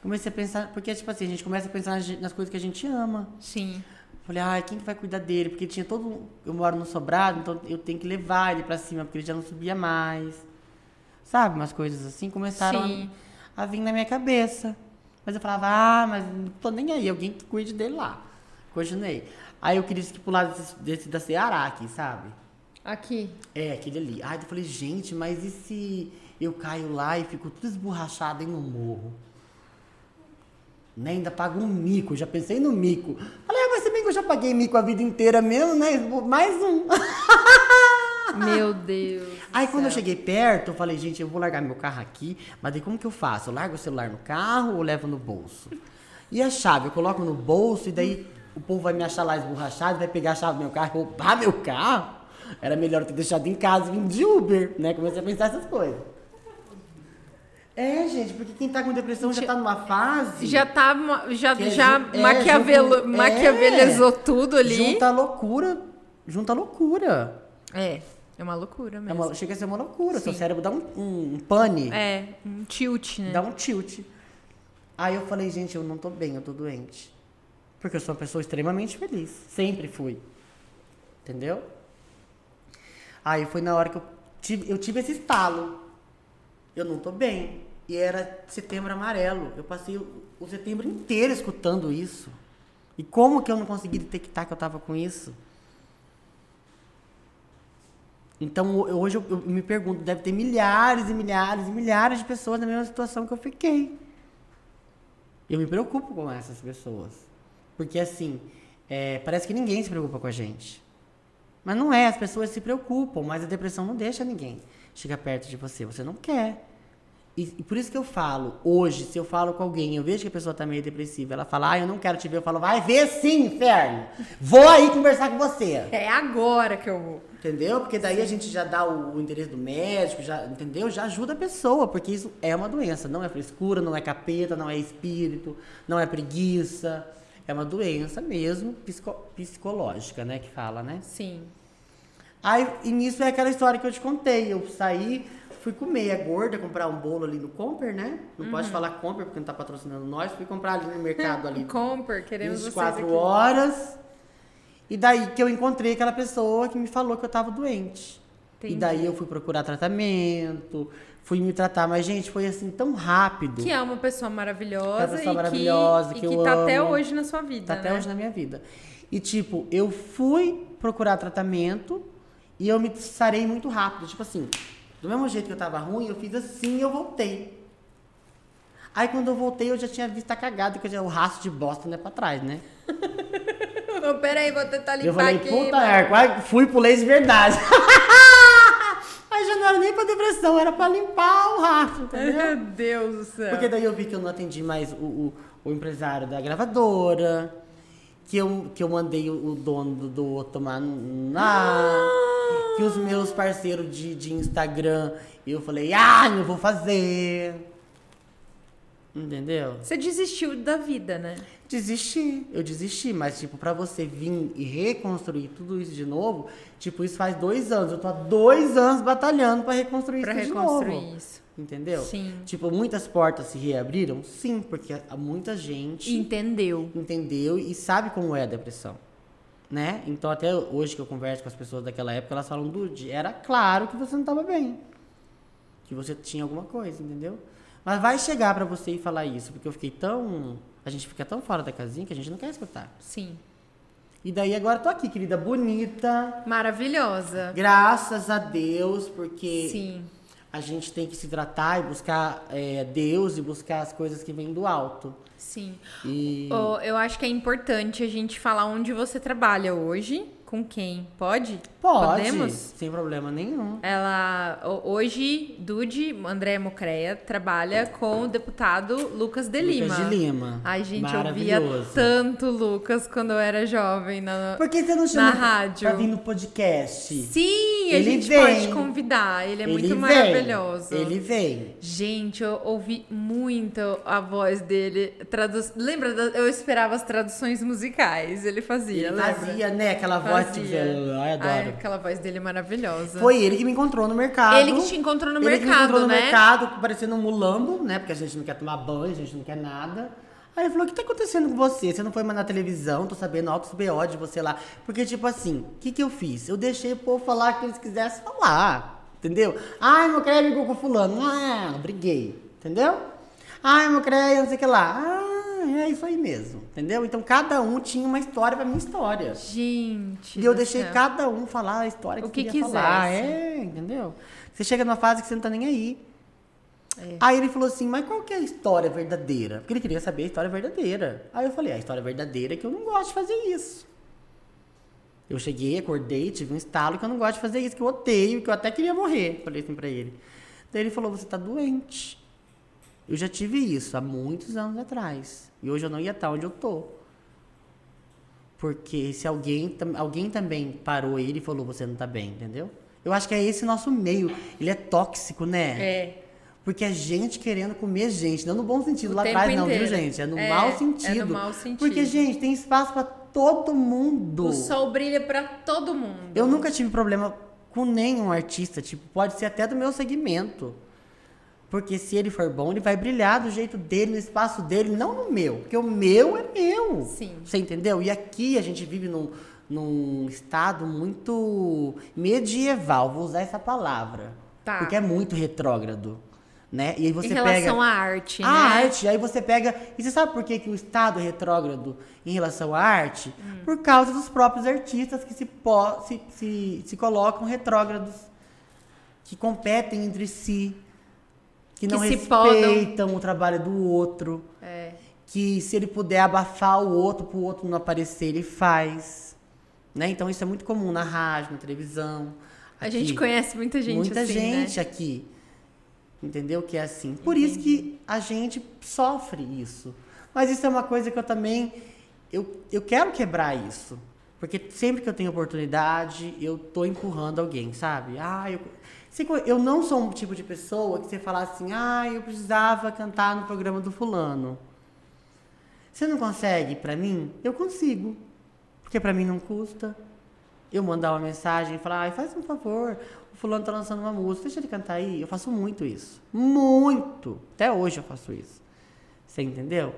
B: Comecei a pensar, porque, tipo assim, a gente começa a pensar nas- nas coisas que a gente ama.
A: Sim.
B: Falei, ai, quem que vai cuidar dele? Porque tinha todo. um- Eu moro no sobrado, então eu tenho que levar ele pra cima, porque ele já não subia mais. Sabe? Umas coisas assim começaram
A: Sim.
B: a, a vir na minha cabeça. Mas eu falava, ah, mas não tô nem aí, alguém que cuide dele lá. Continuei. Aí eu queria pular desse, desse da Ceará aqui, sabe?
A: Aqui.
B: É, aquele ali. Aí eu falei, gente, mas e se eu caio lá e fico tudo esborrachado em um morro? Né? Ainda pago um mico, já pensei no mico. Falei, ah, mas se bem que eu já paguei mico a vida inteira mesmo, né? Esbo- Mais um. Ah, tá.
A: Meu Deus. do
B: Aí quando eu
A: céu.
B: cheguei perto, eu falei, gente, eu vou largar meu carro aqui, mas daí como que eu faço? Eu largo o celular no carro ou levo no bolso? E a chave? Eu coloco no bolso e daí o povo vai me achar lá esborrachado, vai pegar a chave do meu carro e roubar meu carro? Era melhor eu ter deixado em casa e vim de Uber, né? Comecei a pensar essas coisas. É, gente, porque quem tá com depressão já tá numa fase.
A: Já tá. ma- Já,
B: que é
A: já
B: ju- é,
A: maquiavelo,
B: junto- é,
A: maquiavelizou tudo ali.
B: Junta a loucura junta loucura.
E: É, é uma loucura
B: É
E: mesmo.
B: uma- chega a ser uma loucura. Seu
E: Sim.
B: cérebro dá um, um pane,
E: É, um tilt, né?
B: dá um tilt. Aí eu falei, gente, eu não tô bem, eu tô doente. Porque eu sou uma pessoa extremamente feliz. Sempre fui. Entendeu? Aí foi na hora que eu tive, eu tive esse estalo. Eu não tô bem. E era setembro amarelo. Eu passei o, o setembro inteiro escutando isso. E como que eu não consegui detectar que eu tava com isso? Então ho- hoje eu, eu me pergunto, deve ter milhares e milhares e milhares de pessoas na mesma situação que eu fiquei. Eu me preocupo com essas pessoas. Porque assim, é, parece que ninguém se preocupa com a gente. Mas não é, as pessoas se preocupam, mas a depressão não deixa ninguém chegar perto de você, você não quer. E, e por isso que eu falo, hoje, se eu falo com alguém, eu vejo que a pessoa tá meio depressiva, ela fala, ah, eu não quero te ver, eu falo, vai ver sim, inferno! Vou aí conversar com você!
A: É agora que eu vou.
B: Entendeu? Porque daí a gente já dá o, o endereço do médico, já, entendeu? Já ajuda a pessoa, porque isso é uma doença. Não é frescura, não é capeta, não é espírito, não é preguiça. É uma doença mesmo psico- psicológica, né? Que fala, né?
E: Sim.
B: Aí, e nisso é aquela história que eu te contei. Eu saí, fui comer, é gorda, comprar um bolo ali no Comper, né? Não pode falar Comper porque não tá patrocinando nós. Fui comprar ali no mercado
E: Um
B: ali.
A: Comper, queremos vocês
B: 24
A: aqui.
B: horas. E daí que eu encontrei aquela pessoa que me falou que eu tava doente. E
E: Entendi.
B: daí eu fui procurar tratamento, fui me tratar. Mas, gente, foi assim tão rápido.
E: Que é uma pessoa maravilhosa,
B: Que é uma pessoa
E: e
B: maravilhosa,
E: que,
B: que
E: e que
B: eu
E: tá até
B: amo.
E: hoje na sua vida.
B: Tá até
E: né?
B: hoje na minha vida. E, tipo, eu fui procurar tratamento e eu me sarei muito rápido. Tipo assim, do mesmo jeito que eu tava ruim, eu fiz assim e eu voltei. Aí quando eu voltei, eu já tinha visto a cagada, que eu já- o rastro de bosta não é pra trás, né?
A: Não, peraí, vou tentar limpar
B: eu falei,
A: aqui.
B: puta
A: mano.
B: merda, quase fui pulei de verdade. Aí já não era nem pra depressão, era pra limpar o rastro, entendeu?
A: Meu Deus do céu.
B: Porque daí eu vi que eu não atendi mais o, o, o empresário da gravadora, que eu, que eu mandei o, o dono do, do tomar na. Que os meus parceiros de, de Instagram, eu falei, ah, não vou fazer. Entendeu?
E: Você desistiu da vida, né?
B: Desisti, eu desisti, mas tipo, pra você vir e reconstruir tudo isso de novo, tipo, isso faz dois anos. Eu tô há dois anos batalhando pra reconstruir
E: Pra
B: isso de
E: reconstruir
B: novo.
E: isso.
B: Entendeu?
E: Sim.
B: Tipo, muitas portas se reabriram? Sim, porque há muita gente
E: Entendeu.
B: entendeu e sabe como é a depressão. Né? Então, até hoje que eu converso com as pessoas daquela época, elas falam, Dude, era claro que você não estava bem. Que você tinha alguma coisa, entendeu? Mas vai chegar pra você e falar isso, porque eu fiquei tão. A gente fica tão fora da casinha que a gente não quer escutar.
E: Sim.
B: E daí agora eu tô aqui, querida, bonita.
E: Maravilhosa.
B: Graças a Deus, porque
E: Sim.
B: a gente tem que se tratar e buscar é, Deus e buscar as coisas que vêm do alto.
E: Sim.
B: E.
E: Ô, eu acho que é importante a gente falar onde você trabalha hoje, com quem. Pode?
B: Pode,
E: Podemos?
B: sem problema nenhum.
E: Ela ho- hoje, Dude, André Mocrea, trabalha com o deputado Lucas de Lima.
B: Lucas de Lima.
E: Ai, gente, eu via
B: Maravilhoso.
E: tanto Lucas quando eu era jovem. Na...
B: Por que você não chama
E: Na rádio.
B: pra vir no podcast?
E: Sim, a
B: Ele
E: gente
B: vem.
E: pode convidar. Ele é muito
B: vem,
E: maravilhoso.
B: Ele vem.
E: Gente, eu ouvi muito a voz dele. Tradu... Lembra? da- Eu esperava as traduções musicais. Ele fazia,
B: Ele
E: lembra?
B: fazia, né? Aquela voz que
E: Fazia.
B: eu adoro.
E: Ai, aquela voz dele é maravilhosa.
B: Foi ele que me encontrou no mercado.
E: Ele que te encontrou no
B: Ele que me
E: mercado,
B: encontrou no
E: né?
B: mercado, parecendo um mulambo, né? Porque a gente não quer tomar banho, a gente não quer nada. Aí ele falou, o que tá acontecendo com você? Você não foi mais na televisão, tô sabendo altos BO de você lá. Porque, tipo assim, o que que eu fiz? Eu deixei o povo falar o que eles quisessem falar, entendeu? Ai, meu creio brigou com fulano. Ah, briguei, entendeu? Ai, meu creio, não sei o que lá. Ah, é isso aí mesmo, entendeu? Então, cada um tinha uma história pra minha história.
E: Gente.
B: E eu
E: do
B: deixei
E: céu.
B: cada um falar a história que,
E: né? O que
B: queria falar.
E: quisesse.
B: É, entendeu? Você chega numa fase que você não tá nem aí.
E: É.
B: Aí ele falou assim, mas qual que é a história verdadeira? Porque ele queria saber a história verdadeira. Aí eu falei, a história verdadeira é que eu não gosto de fazer isso. Eu cheguei, acordei, tive um estalo que eu não gosto de fazer isso, que eu odeio, que eu até queria morrer. Falei assim pra ele. Daí ele falou, você tá doente. Eu já tive isso há muitos anos atrás. E hoje eu não ia estar onde eu tô. Porque se alguém, tam- alguém também parou ele e falou, você não tá bem, entendeu? Eu acho que é esse nosso meio. Ele é tóxico, né?
E: É.
B: Porque é gente querendo comer gente. Não no bom sentido
E: O
B: lá
E: tempo
B: atrás, não, viu,
E: inteiro.
B: gente? É no
E: É,
B: mau
E: é no
B: sentido.
E: mau sentido.
B: Porque, gente, tem espaço pra todo mundo.
A: O sol brilha pra todo mundo.
B: Uhum. Eu nunca tive problema com nenhum artista, tipo, pode ser até do meu segmento. Porque se ele for bom, ele vai brilhar do jeito dele, no espaço dele, não no meu. Porque o meu é meu.
A: Sim.
B: Você entendeu? E aqui a gente vive num, num estado muito medieval, vou usar essa palavra.
E: Tá.
B: Porque é muito retrógrado. Né? E aí você
E: em relação
B: pega
E: à arte,
B: a
E: né?
B: arte, aí você pega. E você sabe por que, que o Estado é retrógrado em relação à arte?
E: Hum.
B: Por causa dos próprios artistas que se, po- se, se, se colocam retrógrados, que competem entre si, que não
E: se podam.
B: respeitam o trabalho do outro,
A: É.
B: que se ele puder abafar o outro para o outro não aparecer, ele faz. Né? Então isso é muito comum na rádio, na televisão.
A: A gente
B: aqui
A: conhece muita gente
B: muita
A: assim,
B: gente aqui. Entendeu? Que é assim. Por isso que a gente sofre isso. Mas isso é uma coisa que eu também. Eu, eu quero quebrar isso. Porque sempre que eu tenho oportunidade, eu tô empurrando alguém, sabe? Ah, eu. Você co- Eu não sou um tipo de pessoa que você fala assim, ah, eu precisava cantar no programa do fulano. Você não consegue pra mim? Eu consigo. Porque pra mim não custa. Eu mandar uma mensagem e falar, ai, faz um favor, o fulano tá lançando uma música, deixa ele cantar aí. Eu faço muito isso. Muito! Até hoje eu faço isso. Você entendeu?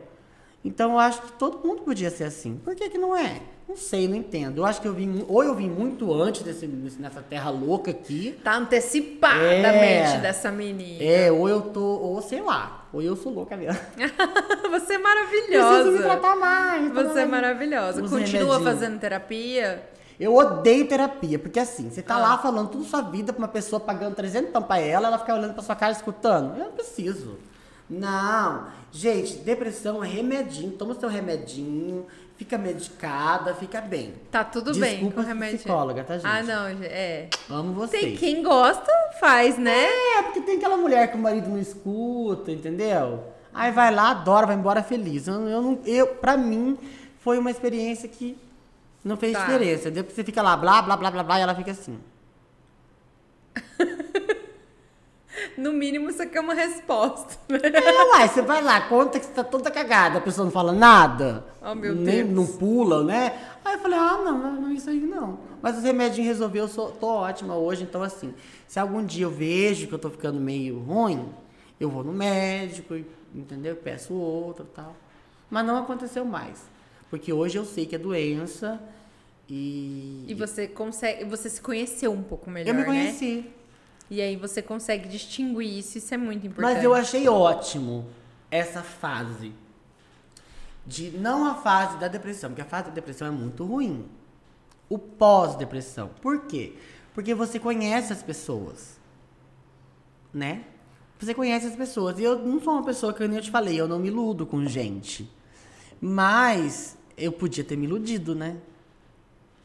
B: Então eu acho que todo mundo podia ser assim. Por que, que não é? Não sei, não entendo. Eu acho que eu vim. mu- Ou eu vim muito antes desse, nessa terra louca aqui.
A: Tá antecipada a
B: É.
A: mente dessa menina.
B: É, ou eu tô. Ou sei lá. Ou eu sou louca mesmo.
A: Você é
B: Preciso me
A: maravilhosa.
B: tratar mais. tomar
A: Você é
B: mais-
A: maravilhosa.
B: Os
A: Continua
B: remedinhos.
A: fazendo terapia?
B: Eu odeio terapia, porque assim, você tá lá falando toda sua vida pra uma pessoa pagando 300 pão pra ela, ela fica olhando pra sua cara escutando. Eu não preciso. Não. Gente, depressão é remedinho. Toma seu remedinho, fica medicada, fica bem.
A: Tá tudo bem
B: Desculpa
A: com o
B: as
A: remédio.
B: psicóloga, tá, gente?
A: Ah, não, gente, é.
B: Amo vocês.
A: Tem quem gosta, faz, né?
B: É, porque tem aquela mulher que o marido não escuta, entendeu? Aí vai lá, adora, vai embora feliz. Eu, eu não, eu, pra mim, foi uma experiência que não fez
A: Tá.
B: diferença. Depois você fica lá, blá, blá, blá, blá, blá, e ela fica assim.
A: No mínimo, isso aqui é uma resposta. né?
B: É, uai, você vai lá, conta que você tá toda cagada, a pessoa não fala nada.
A: Oh, meu
B: nem,
A: Deus.
B: Não pula, né? Aí eu falei, ah, não, não, não, isso aí não. Mas os remédios resolveu, eu sou, tô ótima hoje, então assim, se algum dia eu vejo que eu tô ficando meio ruim, eu vou no médico, e- entendeu? Peço outro e tal. Mas não aconteceu mais. Porque hoje eu sei que é doença e.
A: E você consegue. Você se conheceu um pouco melhor.
B: eu me
A: Né?
B: conheci.
A: E aí você consegue distinguir isso, isso é muito importante.
B: Mas eu achei ótimo essa fase. De não a fase da depressão, porque a fase da depressão é muito ruim. O pós-depressão. Por quê? Porque você conhece as pessoas. Né? Você conhece as pessoas. E eu não sou uma pessoa que eu nem eu te falei, eu não me iludo com gente. Mas eu podia ter me iludido, né?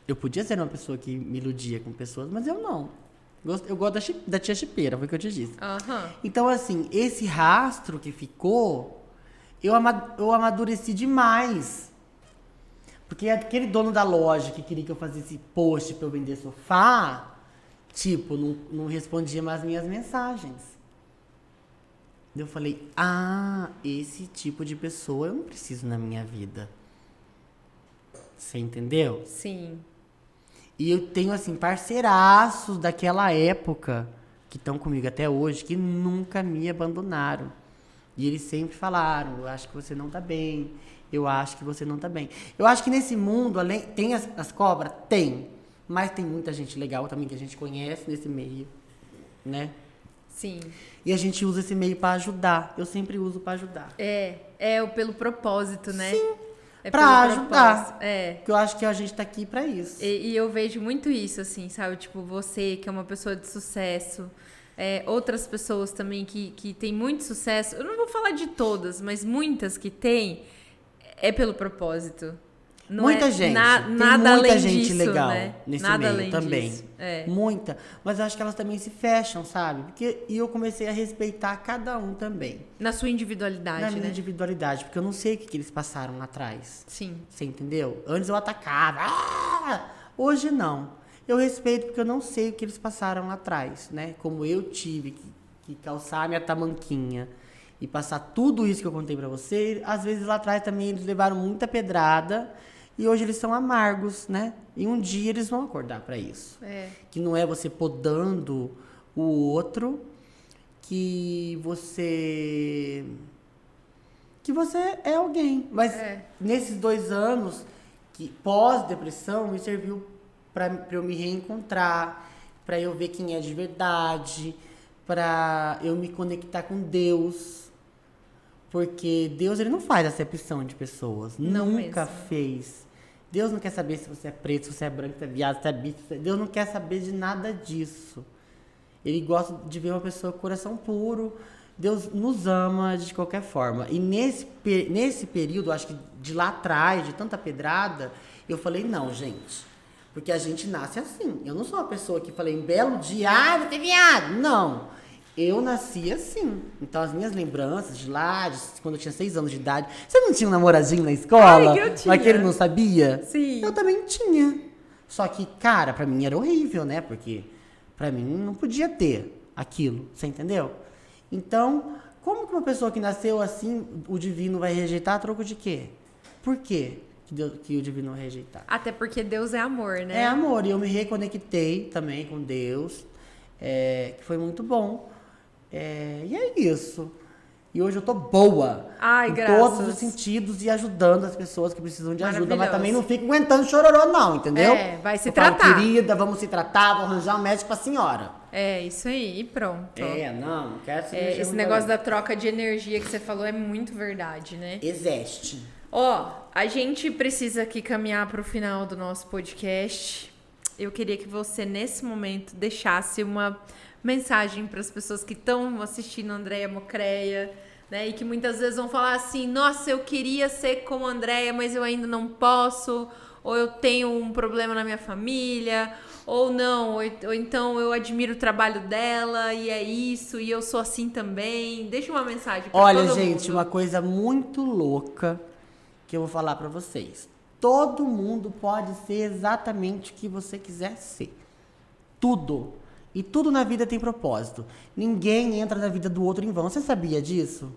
B: Eu podia ser uma pessoa que me iludia com pessoas, mas eu não. Gosto- Eu gosto da, chi- da tia chipeira, foi o que eu te disse.
A: Aham.
B: Então, assim, esse rastro que ficou, eu, ama- eu amadureci demais. Porque aquele dono da loja que queria que eu fizesse post pra eu vender sofá, tipo, não, não respondia mais minhas mensagens. Eu falei, ah, esse tipo de pessoa eu não preciso na minha vida. Você entendeu?
A: Sim.
B: E eu tenho, assim, parceiraços daquela época que estão comigo até hoje, que nunca me abandonaram. E eles sempre falaram, eu acho que você não tá bem, eu acho que você não tá bem. Eu acho que nesse mundo, além, tem as, as cobras? Tem. Mas tem muita gente legal também que a gente conhece nesse meio, né?
A: Sim.
B: E a gente usa esse meio pra ajudar. Eu sempre uso pra ajudar.
A: É. É o pelo propósito, né? Sim. É
B: Pra
A: pelo
B: ajudar.
A: propósito. É.
B: Porque eu acho que a gente tá aqui pra isso.
E: E, e eu vejo muito isso, assim, sabe? Tipo, você que é uma pessoa de sucesso, é, outras pessoas também que, que têm muito sucesso. Eu não vou falar de todas, mas muitas que têm, é pelo propósito. Não
B: muita
E: é
B: gente.
E: na-
B: tem
E: nada
B: muita
E: além
B: gente
E: disso,
B: legal
E: né?
B: nesse
E: nada
B: meio
E: além
B: também.
E: disso. É.
B: Muita. Mas eu acho que elas também se fecham, sabe? Porque, e eu comecei a respeitar cada um também.
E: Na sua individualidade,
B: na minha
E: né?
B: individualidade, porque eu não sei o que, que eles passaram lá atrás.
E: Sim.
B: Você entendeu? Antes eu atacava. "Ah!" Hoje não. Eu respeito porque eu não sei o que eles passaram lá atrás, né? Como eu tive que, que calçar a minha tamanquinha e passar tudo isso que eu contei pra você, às vezes lá atrás também eles levaram muita pedrada E hoje eles são amargos, né? E um dia eles vão acordar pra isso.
A: É.
B: Que não é você podando o outro, que você. que você é alguém. Mas
A: É.
B: nesses dois anos, que pós-depressão, me serviu pra pra eu me reencontrar, pra eu ver quem é de verdade, pra eu me conectar com Deus. Porque Deus ele não faz acepção de pessoas.
E: Não
B: Nunca
E: mesmo.
B: fez. Deus não quer saber se você é preto, se você é branco, se você é viado, se é bicho. se é- Deus não quer saber de nada disso. Ele gosta de ver uma pessoa com coração puro. Deus nos ama de qualquer forma. E nesse, pe- nesse período, acho que de lá atrás, de tanta pedrada, eu falei, não, gente. Porque a gente nasce assim. Eu não sou uma pessoa que falei, um belo dia, ah, vou ser viado. Não. Eu nasci assim. Então as minhas lembranças de lá, de quando eu tinha seis anos de idade. Você não tinha um namoradinho na escola?
A: Ai, que eu tinha.
B: Mas que ele não sabia?
A: Sim.
B: Eu também tinha. Só que, cara, pra mim era horrível, né? Porque pra mim não podia ter aquilo, você entendeu? Então, como que uma pessoa que nasceu assim, o divino vai rejeitar a troco de quê? Por quê que, Deus- que o divino vai rejeitar?
E: Até porque Deus é amor, né?
B: É amor, e eu me reconectei também com Deus, é, que foi muito bom. É, e é isso. E hoje eu tô boa.
E: Ai,
B: em
E: graças.
B: todos os sentidos e ajudando as pessoas que precisam de ajuda,
E: Maravilhoso.
B: mas também não fico aguentando chororô, não, entendeu?
E: É, vai se
B: Eu falo,
E: tratar.
B: Querida, vamos se tratar, vou arranjar um médico pra senhora.
E: É, isso aí, e pronto.
B: É, não, não quero se
E: É,
B: mexer
E: esse
B: muito
E: negócio
B: não.
E: da troca de energia que você falou é muito verdade, né?
B: Existe.
E: Ó, a gente precisa aqui caminhar pro final do nosso podcast. Eu queria que você, nesse momento, deixasse uma mensagem para as pessoas que estão assistindo Andréia Mocreia, né? E que muitas vezes vão falar assim: nossa, eu queria ser como a Andréia, mas eu ainda não posso. Ou eu tenho um problema na minha família, ou não, ou, ou então eu admiro o trabalho dela e é isso, e eu sou assim também. Deixa uma mensagem pra
B: Olha,
E: todo
B: gente,
E: mundo.
B: uma coisa muito louca que eu vou falar pra vocês. Todo mundo pode ser exatamente o que você quiser ser. Tudo. E tudo na vida tem propósito. Ninguém entra na vida do outro em vão. Você sabia disso?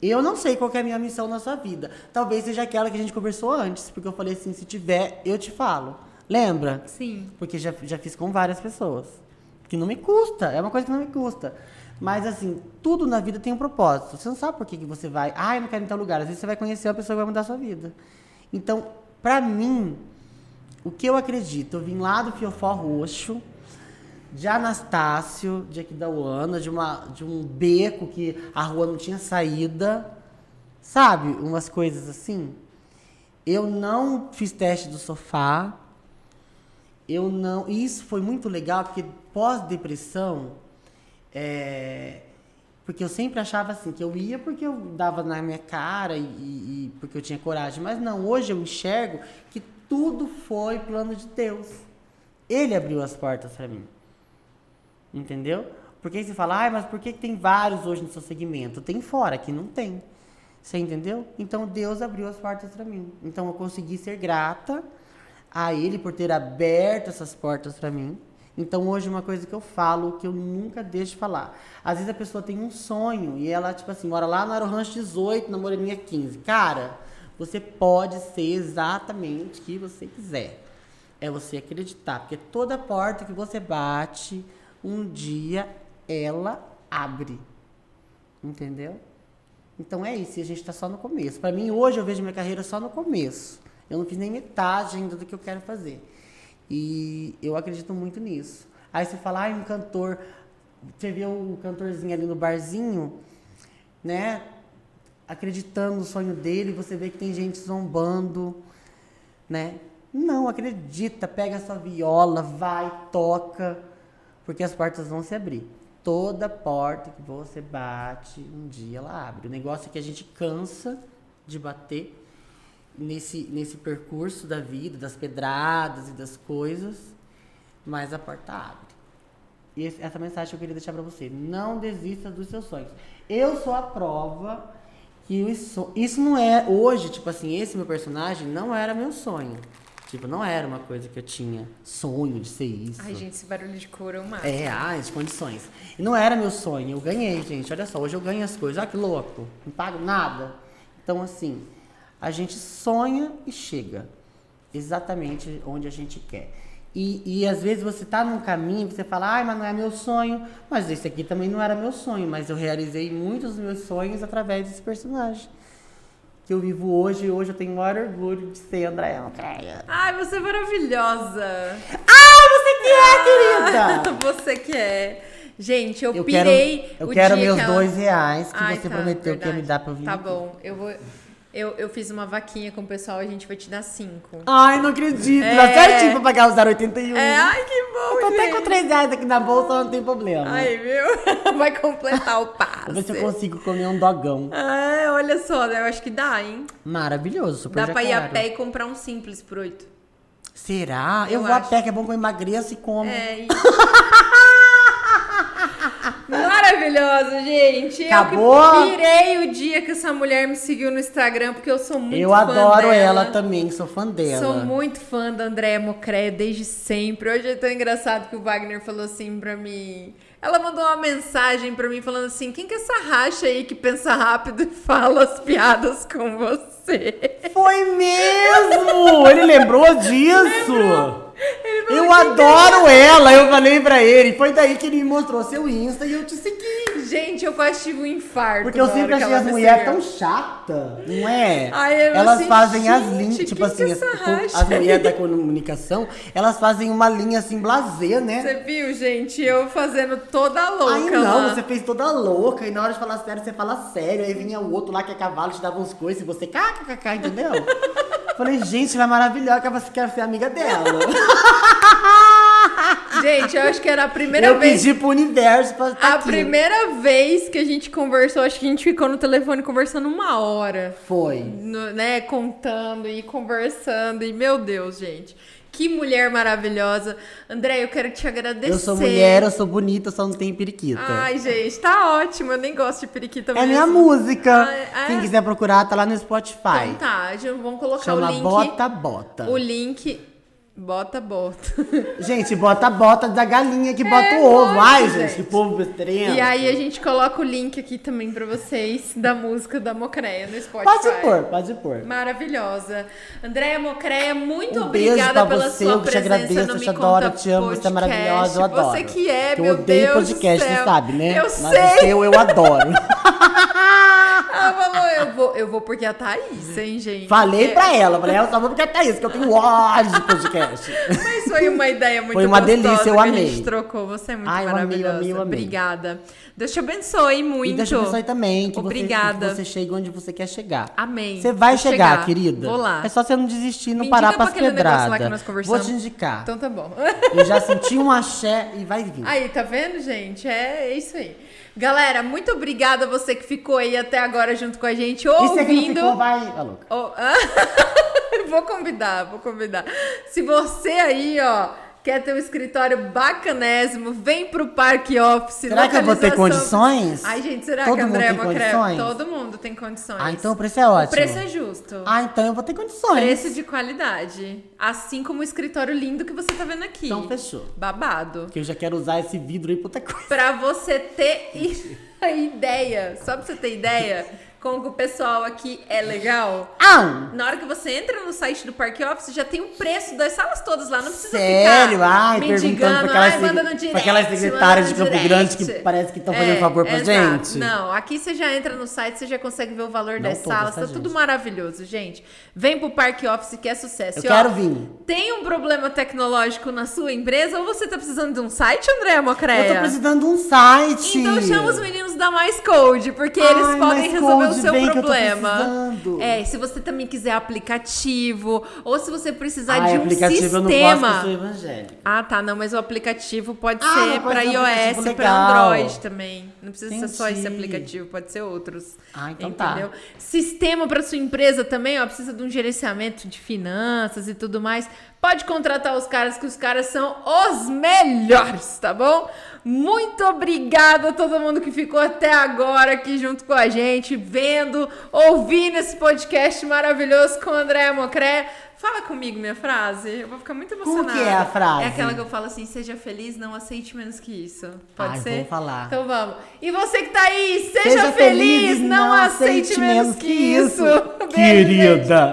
B: Eu não sei qual que é a minha missão na sua vida. Talvez seja aquela que a gente conversou antes, porque eu falei assim, se tiver, eu te falo. Lembra?
E: Sim.
B: Porque já, já fiz com várias pessoas. Que não me custa, é uma coisa que não me custa. Mas assim, tudo na vida tem um propósito. Você não sabe por que, que você vai. Ah, eu não quero ir em tal lugar. Às vezes você vai conhecer uma pessoa que vai mudar a sua vida. Então, pra mim, o que eu acredito? Eu vim lá do Fiofó Roxo, de Anastácio, de Aquidauana, de, uma, de um beco que a rua não tinha saída. Sabe? Umas coisas assim. Eu não fiz teste do sofá. Eu não. e Isso foi muito legal, porque pós-depressão. é, porque eu sempre achava assim, que eu ia porque eu dava na minha cara e, e- e porque eu tinha coragem. Mas não, hoje eu enxergo que tudo foi plano de Deus. Ele abriu as portas pra mim. Entendeu? Porque aí você fala, ai, mas por que que tem vários hoje no seu segmento? Tem fora, que não tem. Você entendeu? Então Deus abriu as portas pra mim. Então eu consegui ser grata a Ele por ter aberto essas portas pra mim. Então hoje uma coisa que eu falo, que eu nunca deixo de falar. Às vezes a pessoa tem um sonho e ela, tipo assim, mora lá no Aro Rancho 18, na Moreninha 15. Cara, você pode ser exatamente o que você quiser. É você acreditar, porque toda porta que você bate, um dia ela abre. Entendeu? Então é isso, e a gente tá só no começo. Pra mim, hoje eu vejo minha carreira só no começo. Eu não fiz nem metade ainda do que eu quero fazer. E eu acredito muito nisso. Aí você fala, ai, um cantor. Você vê o cantorzinho ali no barzinho, né? Acreditando no sonho dele, você vê que tem gente zombando né? Não acredita, pega a sua viola, vai, toca, porque as portas vão se abrir. Toda porta que você bate, um dia ela abre. O negócio é que a gente cansa de bater nesse, nesse percurso da vida, das pedradas e das coisas, mas a porta abre. E esse- essa mensagem que eu queria deixar pra você. Não desista dos seus sonhos. Eu sou a prova que os so- isso não é hoje, tipo assim, esse meu personagem não era meu sonho. Tipo, não era uma coisa que eu tinha sonho de ser isso.
E: Ai, gente, esse barulho de couro
A: um
E: eu mato.
B: É, ah, as condições. E não era meu sonho, eu ganhei, gente. Olha só, hoje eu ganho as coisas. Olha que louco. Não pago nada. Então, assim, a gente sonha e chega. exatamente onde a gente quer. E, e às vezes você tá num caminho, você fala, ai, mas não é meu sonho. Mas esse aqui também não era meu sonho, mas eu realizei muitos dos meus sonhos através desse personagem. Que eu vivo hoje, e hoje eu tenho o maior orgulho de ser Andréa Andréa.
A: Ai, você é maravilhosa.
B: Ah, querida!
A: Você que é. Gente, eu,
B: Eu quero,
A: pirei
B: eu
A: o
B: quero
A: dia
B: meus
A: que ela-
B: dois reais que
A: Ai,
B: você
A: tá,
B: prometeu que ia me
A: verdade.
B: dar pra eu vir.
A: Tá
B: aqui.
A: bom, eu vou... Eu, eu fiz uma vaquinha com o pessoal, a gente vai te dar cinco.
B: Ai, não acredito. Dá
A: É.
B: certinho pra pagar os 0,81.
A: É, ai, que
B: Eu tô
A: bom,
B: até
A: gente.
B: com 3 reais aqui na bolsa, não tem problema.
A: Ai, viu? Vai completar o
B: Vou ver se
A: passe.
B: eu consigo comer um dogão.
A: É, olha só, né? eu acho que dá, hein?
B: Maravilhoso, super
A: Dá pra ir a
B: jacaré.
A: pé e comprar um simples por oito.
B: Será? Eu,
A: Eu
B: vou
A: acho.
B: a pé, que é bom que eu emagreço e como.
A: É isso. Maravilhoso, gente. Eu
B: Acabou?
A: que pirei o dia que essa mulher me seguiu no Instagram, porque eu sou muito
B: eu
A: fã
B: adoro
A: dela.
B: ela também, sou fã dela.
A: Sou muito fã da Andréia Mocréia desde sempre. Hoje é tão engraçado que o Wagner falou assim pra mim. Ela mandou uma mensagem pra mim falando assim: quem que é essa racha aí que pensa rápido e fala as piadas com você?
B: Foi mesmo! Ele lembrou disso! Eu adoro ela, eu falei pra ele. Foi daí que ele me mostrou seu Insta e eu te segui.
A: Gente, eu quase tive um infarto.
B: Porque eu
A: na
B: sempre
A: hora que
B: achei
A: ela
B: as
A: me
B: mulheres
A: seguiu.
B: tão chata, não é?
A: Ai, eu
B: elas
A: assim,
B: fazem as
A: gente,
B: linhas,
A: que
B: tipo
A: que
B: assim,
A: essa
B: as,
A: racha
B: as mulheres da comunicação, elas fazem uma linha assim, blazer, né?
A: Você viu, gente? Eu fazendo toda louca
B: Ai, não,
A: lá.
B: você fez toda louca, e na hora de falar sério, você fala sério. Aí vinha o outro lá que é cavalo, te dava uns coisas, e você kkkk, entendeu? Falei, gente, ela é maravilhosa, que você quer ser amiga dela.
A: Gente, eu acho que era a primeira
B: eu
A: vez.
B: pedi pro universo pra tá
A: A
B: aqui.
A: primeira vez que a gente conversou, acho que a gente ficou no telefone conversando uma hora.
B: Foi.
A: no- né, contando e conversando. E meu Deus, gente, que mulher maravilhosa. André, eu quero te agradecer.
B: Eu sou mulher, eu sou bonita, eu só não tenho periquita.
A: Ai, gente, tá ótimo. Eu nem gosto de periquita então
B: é
A: mesmo.
B: minha música.
A: Ah, é?
B: Quem quiser procurar, tá lá no Spotify.
A: Então tá, já vamos colocar
B: Chama
A: o link.
B: Bota Bota.
A: O link. Bota, bota.
B: Gente, bota a bota da galinha que bota o
A: lógico,
B: ovo. Ai, gente,
A: É, gente.
B: que povo trem.
A: e aí a gente coloca o link aqui também pra vocês da música da Mocreia no Spotify.
B: Pode pôr, pode pôr.
A: Mmaravilhosa. Andréia Mocreia, muito
B: Um beijo
A: obrigada
B: pra
A: pela
B: você,
A: sua
B: eu que te
A: presença
B: agradeço,
A: no
B: eu te
A: Me
B: adoro,
A: Conta
B: eu te amo, você é
A: Podcast.
B: maravilhosa, eu adoro.
A: Você que é,
B: Que eu
A: meu
B: odeio
A: Deus
B: podcast,
A: do céu.
B: você sabe, né?
A: Eu
B: Mas
A: sei.
B: o seu eu adoro.
A: Ela falou, eu vou, eu vou porque é a Thaís, hein, gente?
B: Falei
A: É,
B: pra ela, falei, eu só vou porque é Thaís, que eu tenho ódio de podcast.
A: É, Mas foi uma ideia muito
B: Foi uma
A: gostosa
B: delícia, eu
A: que
B: amei.
A: a gente trocou. Você é muito
B: Ai, eu amei, eu amei,
A: maravilhosa.
B: eu amei.
A: Obrigada. Deus te abençoe muito.
B: E deixa eu pensar aí também, que
A: Obrigada.
B: Você, que você chega onde você quer chegar.
A: Amém.
B: Você vai
A: Vou
B: chegar,
A: chegar.
B: querida.
A: Vou lá.
B: É só você não desistir, não
A: Me
B: parar
A: indica pra
B: pras
A: aquele negócio lá que
B: pedradas.
A: nós
B: Vou
A: conversamos.
B: te indicar.
A: Então tá bom.
B: Eu já senti um axé e vai vir.
A: Aí, tá vendo, gente? É isso aí. Galera, muito obrigada a você que ficou aí até agora junto com a gente,
B: e você que não
A: ouvindo.
B: ficou, vai... Tá louca.
A: Oh, ah, vou convidar, vou convidar. Se você aí, ó, quer ter um escritório bacanésimo, vem pro Parque Office.
B: Será que eu vou ter
A: localização-
B: condições?
A: Ai, gente, será
B: Todo
A: que
B: mundo
A: André
B: tem
A: Mocré?
B: condições?
A: Todo mundo tem condições.
B: Ah, então o preço é ótimo.
A: O preço é justo.
B: Ah, então eu vou ter condições.
A: Preço de qualidade. Assim como o escritório lindo que você tá vendo aqui.
B: Então fechou.
A: Babado.
B: Porque eu já quero usar esse vidro aí pra outra coisa.
A: Pra você ter i- a ideia, só pra você ter ideia, como que o pessoal aqui é legal.
B: Ah!
A: Na hora que você entra no site do Parque Office, já tem o preço das salas todas lá. Não precisa
B: Sério?
A: ficar
B: Ai, perguntando
A: mendigando.
B: pra aquelas,
A: Ai,
B: seg-
A: manda no direct,
B: pra aquelas secretárias de
A: manda no
B: Campo Grande que
A: direct. É,
B: parece que estão fazendo favor pra
A: exato.
B: gente.
A: Não, aqui você já entra no site, você já consegue ver o valor
B: Não
A: das
B: todas,
A: salas.
B: tá,
A: Tá
B: gente?
A: tudo maravilhoso, gente. Vem pro Parque Office que é sucesso.
B: Eu
A: E, ó,
B: quero vir.
A: Tem um problema tecnológico na sua empresa ou você tá precisando de um site, Andréa Mocreia?
B: Eu tô precisando de um site.
A: É. Então chama os meninos da Mais Code, porque
B: Ai,
A: eles podem
B: Mais
A: resolver o
B: Code,
A: seu
B: vem que eu tô
A: problema.
B: precisando.
A: é, e se você também quiser aplicativo, ou se você precisar
B: Ai,
A: de um
B: aplicativo
A: sistema.
B: eu não gosto, porque eu sou evangélica.
A: Ah, tá, não, mas o aplicativo pode
B: Ah,
A: ser
B: mas pode
A: para
B: ser um
A: iOS,
B: aplicativo
A: para
B: legal.
A: Android também. Não precisa ser só esse
B: Entendi.
A: aplicativo, pode ser outros.
B: Ah, então tá.
A: Sistema para sua empresa também, ó, precisa de um gerenciamento de finanças e tudo mais. Pode contratar os caras que os caras são os melhores, tá bom? Muito obrigada a todo mundo que ficou até agora aqui junto com a gente, vendo, ouvindo esse podcast maravilhoso com o André Mocré. Fala comigo minha frase, eu vou ficar muito emocionada.
B: Como que é a frase?
A: É aquela que eu falo assim: seja feliz, não aceite menos que isso. Pode
B: Ai,
A: ser?
B: vou falar.
A: Então vamos. E você que tá aí, seja,
B: Seja
A: feliz,
B: feliz e
A: não, aceite menos que, isso. Beijo, gente.
G: Querida.